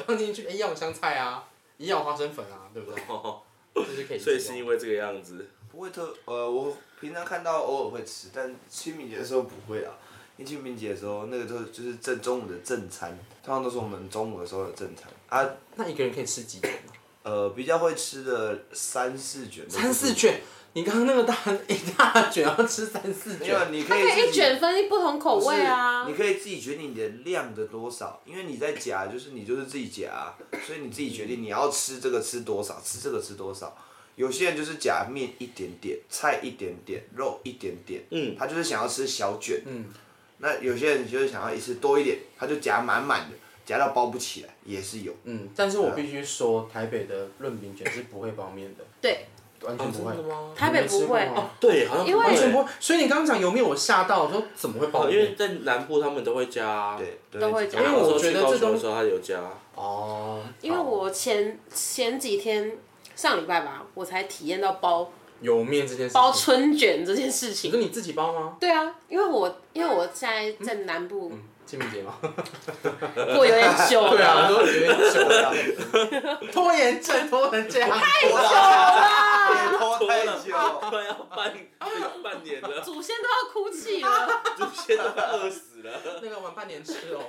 S1: 放进去，哎、要有香菜啊，也要有花生粉啊，对不对？
S2: 哦
S1: 就是可以吃
S2: 所以
S1: 这
S2: 是
S1: 种。
S2: 因为这个样子。
S4: 不会特呃，我平常看到偶尔会吃，但清明节的时候不会啊。因为清明节的时候，那个都就是正中午的正餐，通常都是我们中午的时候的正餐啊。
S1: 那一个人可以吃几卷啊？
S4: 呃，比较会吃的三四卷，
S1: 三四，卷。你刚刚那个大一大卷要吃三四
S4: 没有，
S1: 卷，
S4: 你可
S5: 它可
S4: 以
S5: 以
S4: 自
S5: 一
S4: 己
S5: 卷分不同口
S4: 不是
S5: 味啊
S4: 你。可以自己决定你的量的多少，因为你在夹，就是你就是自己夹，所以你自己决定你要吃这个吃多少，吃这个吃多少。有些人就是夹面一点点，菜一点点，肉一点点，
S2: 嗯
S4: 他就是想要吃小卷，
S1: 嗯，
S4: 那有些人就是想要一次多一点，他就夹满满的，夹到包不起来，也是有。
S1: 嗯，但是我必须说，台北的润饼卷是不会包面的，
S5: 对，
S1: 完全不会。
S2: 啊真的吗
S5: 台北
S1: 你没吃
S5: 不
S1: 过
S5: 会
S1: 吗
S2: 对，好像
S5: 因为
S1: 完
S2: 不
S1: 全
S2: 会
S1: 不会。所以你刚刚讲油面，我吓到，我说怎么会包
S2: 哦
S1: 面？
S2: 因为在南部他们都会加啊。
S4: 对，
S5: 都会加
S2: 然后
S1: 因为我
S2: 那时候
S1: 觉得
S2: 去高
S1: 这
S2: 雄
S1: 东
S2: 的时候他有加。
S1: 哦，
S5: 因为
S1: 好
S5: 我前前几天上礼拜吧，我才体验到包
S1: 油面这件事情，
S5: 包春卷这件事
S1: 你
S5: 情。
S1: 说你自己包吗？
S5: 对啊，因为我因为我现在在南部
S1: 清明节吗？
S3: 过有点 久
S1: 对 啊，
S3: 了，
S1: 都有点久了，
S4: 啊，
S1: 拖延症拖成这样，
S4: 久了，也拖太久，
S2: 快要半半年了，
S3: 祖先都要哭泣了。
S2: 祖先都快饿死了。
S1: 那个晚半年吃哦。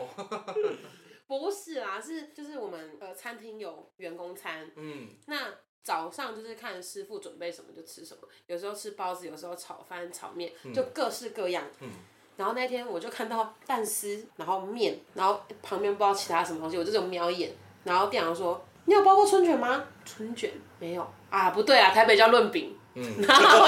S3: 不是啊，是就是我们呃餐厅有员工餐，
S1: 嗯，
S3: 那早上就是看师傅准备什么就吃什么，有时候吃包子，有时候炒饭、炒面，就各式各样。
S2: 嗯
S3: 然后那天我就看到蛋丝，然后面，然后旁边不知道其他什么东西，我就只有瞄一眼。然后店长说：“你有包过春卷吗？”春卷没有啊，不对啊，台北叫润饼。
S2: 嗯
S3: 然后我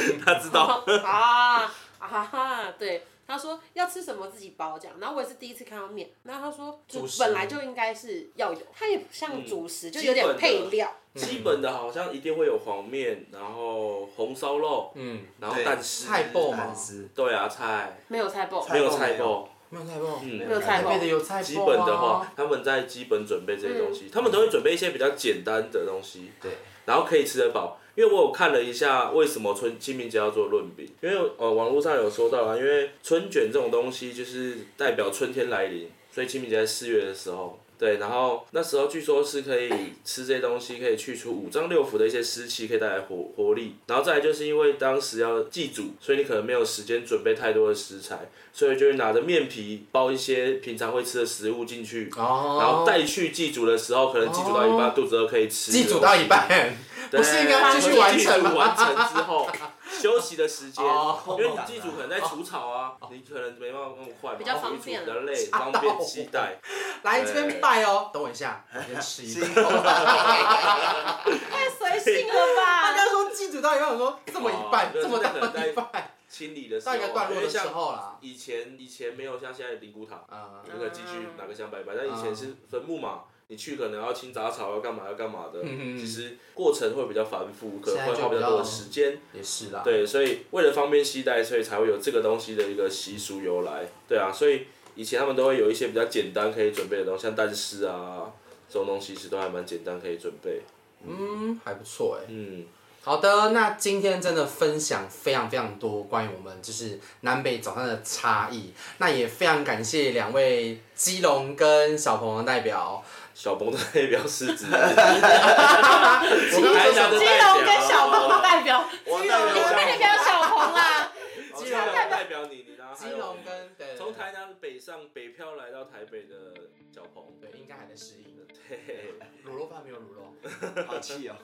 S3: 就
S2: 他知道，
S3: 啊啊哈！对，他说要吃什么自己包这样，然后我也是第一次看到面，然后他说就
S1: 主食
S3: 本来就应该是要有，它也不像主食，
S2: 嗯
S3: 就
S2: 基
S3: 有点
S2: 本的
S3: 配料，
S2: 基本的好像一定会有黄面，然后红烧肉，
S1: 嗯，
S2: 然后
S4: 对
S2: 蛋丝，
S1: 菜爆嘛
S4: 难，吃。
S2: 对啊，菜
S3: 没有菜包，
S2: 没有
S4: 爆
S2: 菜
S4: 没有
S2: 爆，
S1: 没有菜包，
S2: 嗯，
S3: 没有菜包
S1: 台北的有菜包啊
S2: 基本的话，，他们在基本准备这些东西，他们都会准备一些比较简单的东西，
S1: 对，
S2: 然后可以吃得饱。因为我有看了一下为什么春清明节要做论饼，因为呃网络上有说到啊，因为春卷这种东西就是代表春天来临，所以清明节在四月的时候。对，然后那时候据说是可以吃这些东西，可以去除五脏六腑的一些湿气，可以带来活活力。然后再来就是因为当时要祭祖，所以你可能没有时间准备太多的食材，所以就会拿着面皮包一些平常会吃的食物进去，
S1: 哦，
S2: 然后带去祭祖的时候，可能祭祖到一半，肚子饿可以吃。
S1: 祭祖到一，半，
S2: 不
S1: 是应该继续完成吗
S2: 完成之后，休息的时间
S1: 哦，
S2: 因为你祭祖可能在除草啊，你可能没办法那么快嘛，
S3: 比较方
S2: 祭
S3: 便
S2: 祖比较累， 方便期待。
S1: 来这边拜哦。等我一下，我先吃一
S4: 吃
S1: 个
S4: 一。口，
S3: 太随性了
S1: 他
S3: 吧？
S1: 刚说祭祖到一半，我说这么一半，
S2: 哦
S1: 这么大
S2: 那可能在
S1: 一半，
S2: 清理的时候
S1: 到一
S2: 啊，
S1: 个段落
S2: 因
S1: 的
S2: 为
S1: 时
S2: 像
S1: 候啦。
S2: 以前以前没有像现在灵骨塔，
S1: 啊，
S2: 你可以继续拿个香拜拜，但以前是坟墓嘛。你去可能要清杂草，要干嘛要干嘛的，
S1: 嗯嗯嗯
S2: 其实过程会比较繁复，可
S1: 现
S2: 能
S1: 在
S2: 会
S1: 就
S2: 花比
S1: 比
S2: 较多
S1: 较
S2: 的时间。
S1: 也是啦。
S2: 对，所以为了方便携带，所以才会有这个东西的一个习俗由来。对啊，所以以前他们都会有一些比较简单可以准备的东西，像蛋丝啊这种东西，其实都还蛮简单可以准备。
S1: 嗯，还不错哎。
S2: 嗯，
S1: 好的，那今天真的分享非常非常多关于我们就是南北早餐的差异，那也非常感谢两位基隆跟小鹏的代表。
S2: 小鹏的代表是 指
S1: 我刚刚
S2: 啊台
S1: 说
S2: 南
S1: 什
S2: 的
S1: 么
S3: 基隆跟小鹏的代表，
S4: 我
S3: 基
S4: 代
S3: 隆
S4: 表
S3: 你代表小鹏啦，
S2: 基隆代表你，你然后
S1: 基
S2: 还有
S1: 隆跟对
S2: 从台南北上北漂来到台北的小鹏，
S1: 对应该还在适应，
S2: 嘿
S1: 卤肉饭没有卤肉，
S4: 好气哦！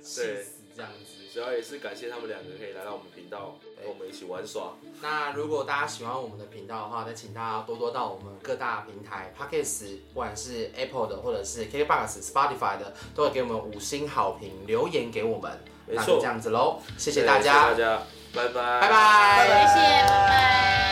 S1: 气死这样子。
S2: 主要也是感谢他们两个可以来到我们频道，跟我们一起玩耍。
S1: 那如果大家喜欢我们的频道的话，再请大家多多到我们各大平台 Podcast，不管是 Apple 的或者是 KKBox、Spotify 的，都会给我们五星好评，留言给我们。
S2: 没
S1: 那
S2: 错
S1: 就这样子喽，谢
S2: 谢
S1: 谢大家，
S2: 大家，拜拜，
S1: 拜拜
S3: 谢谢，拜拜。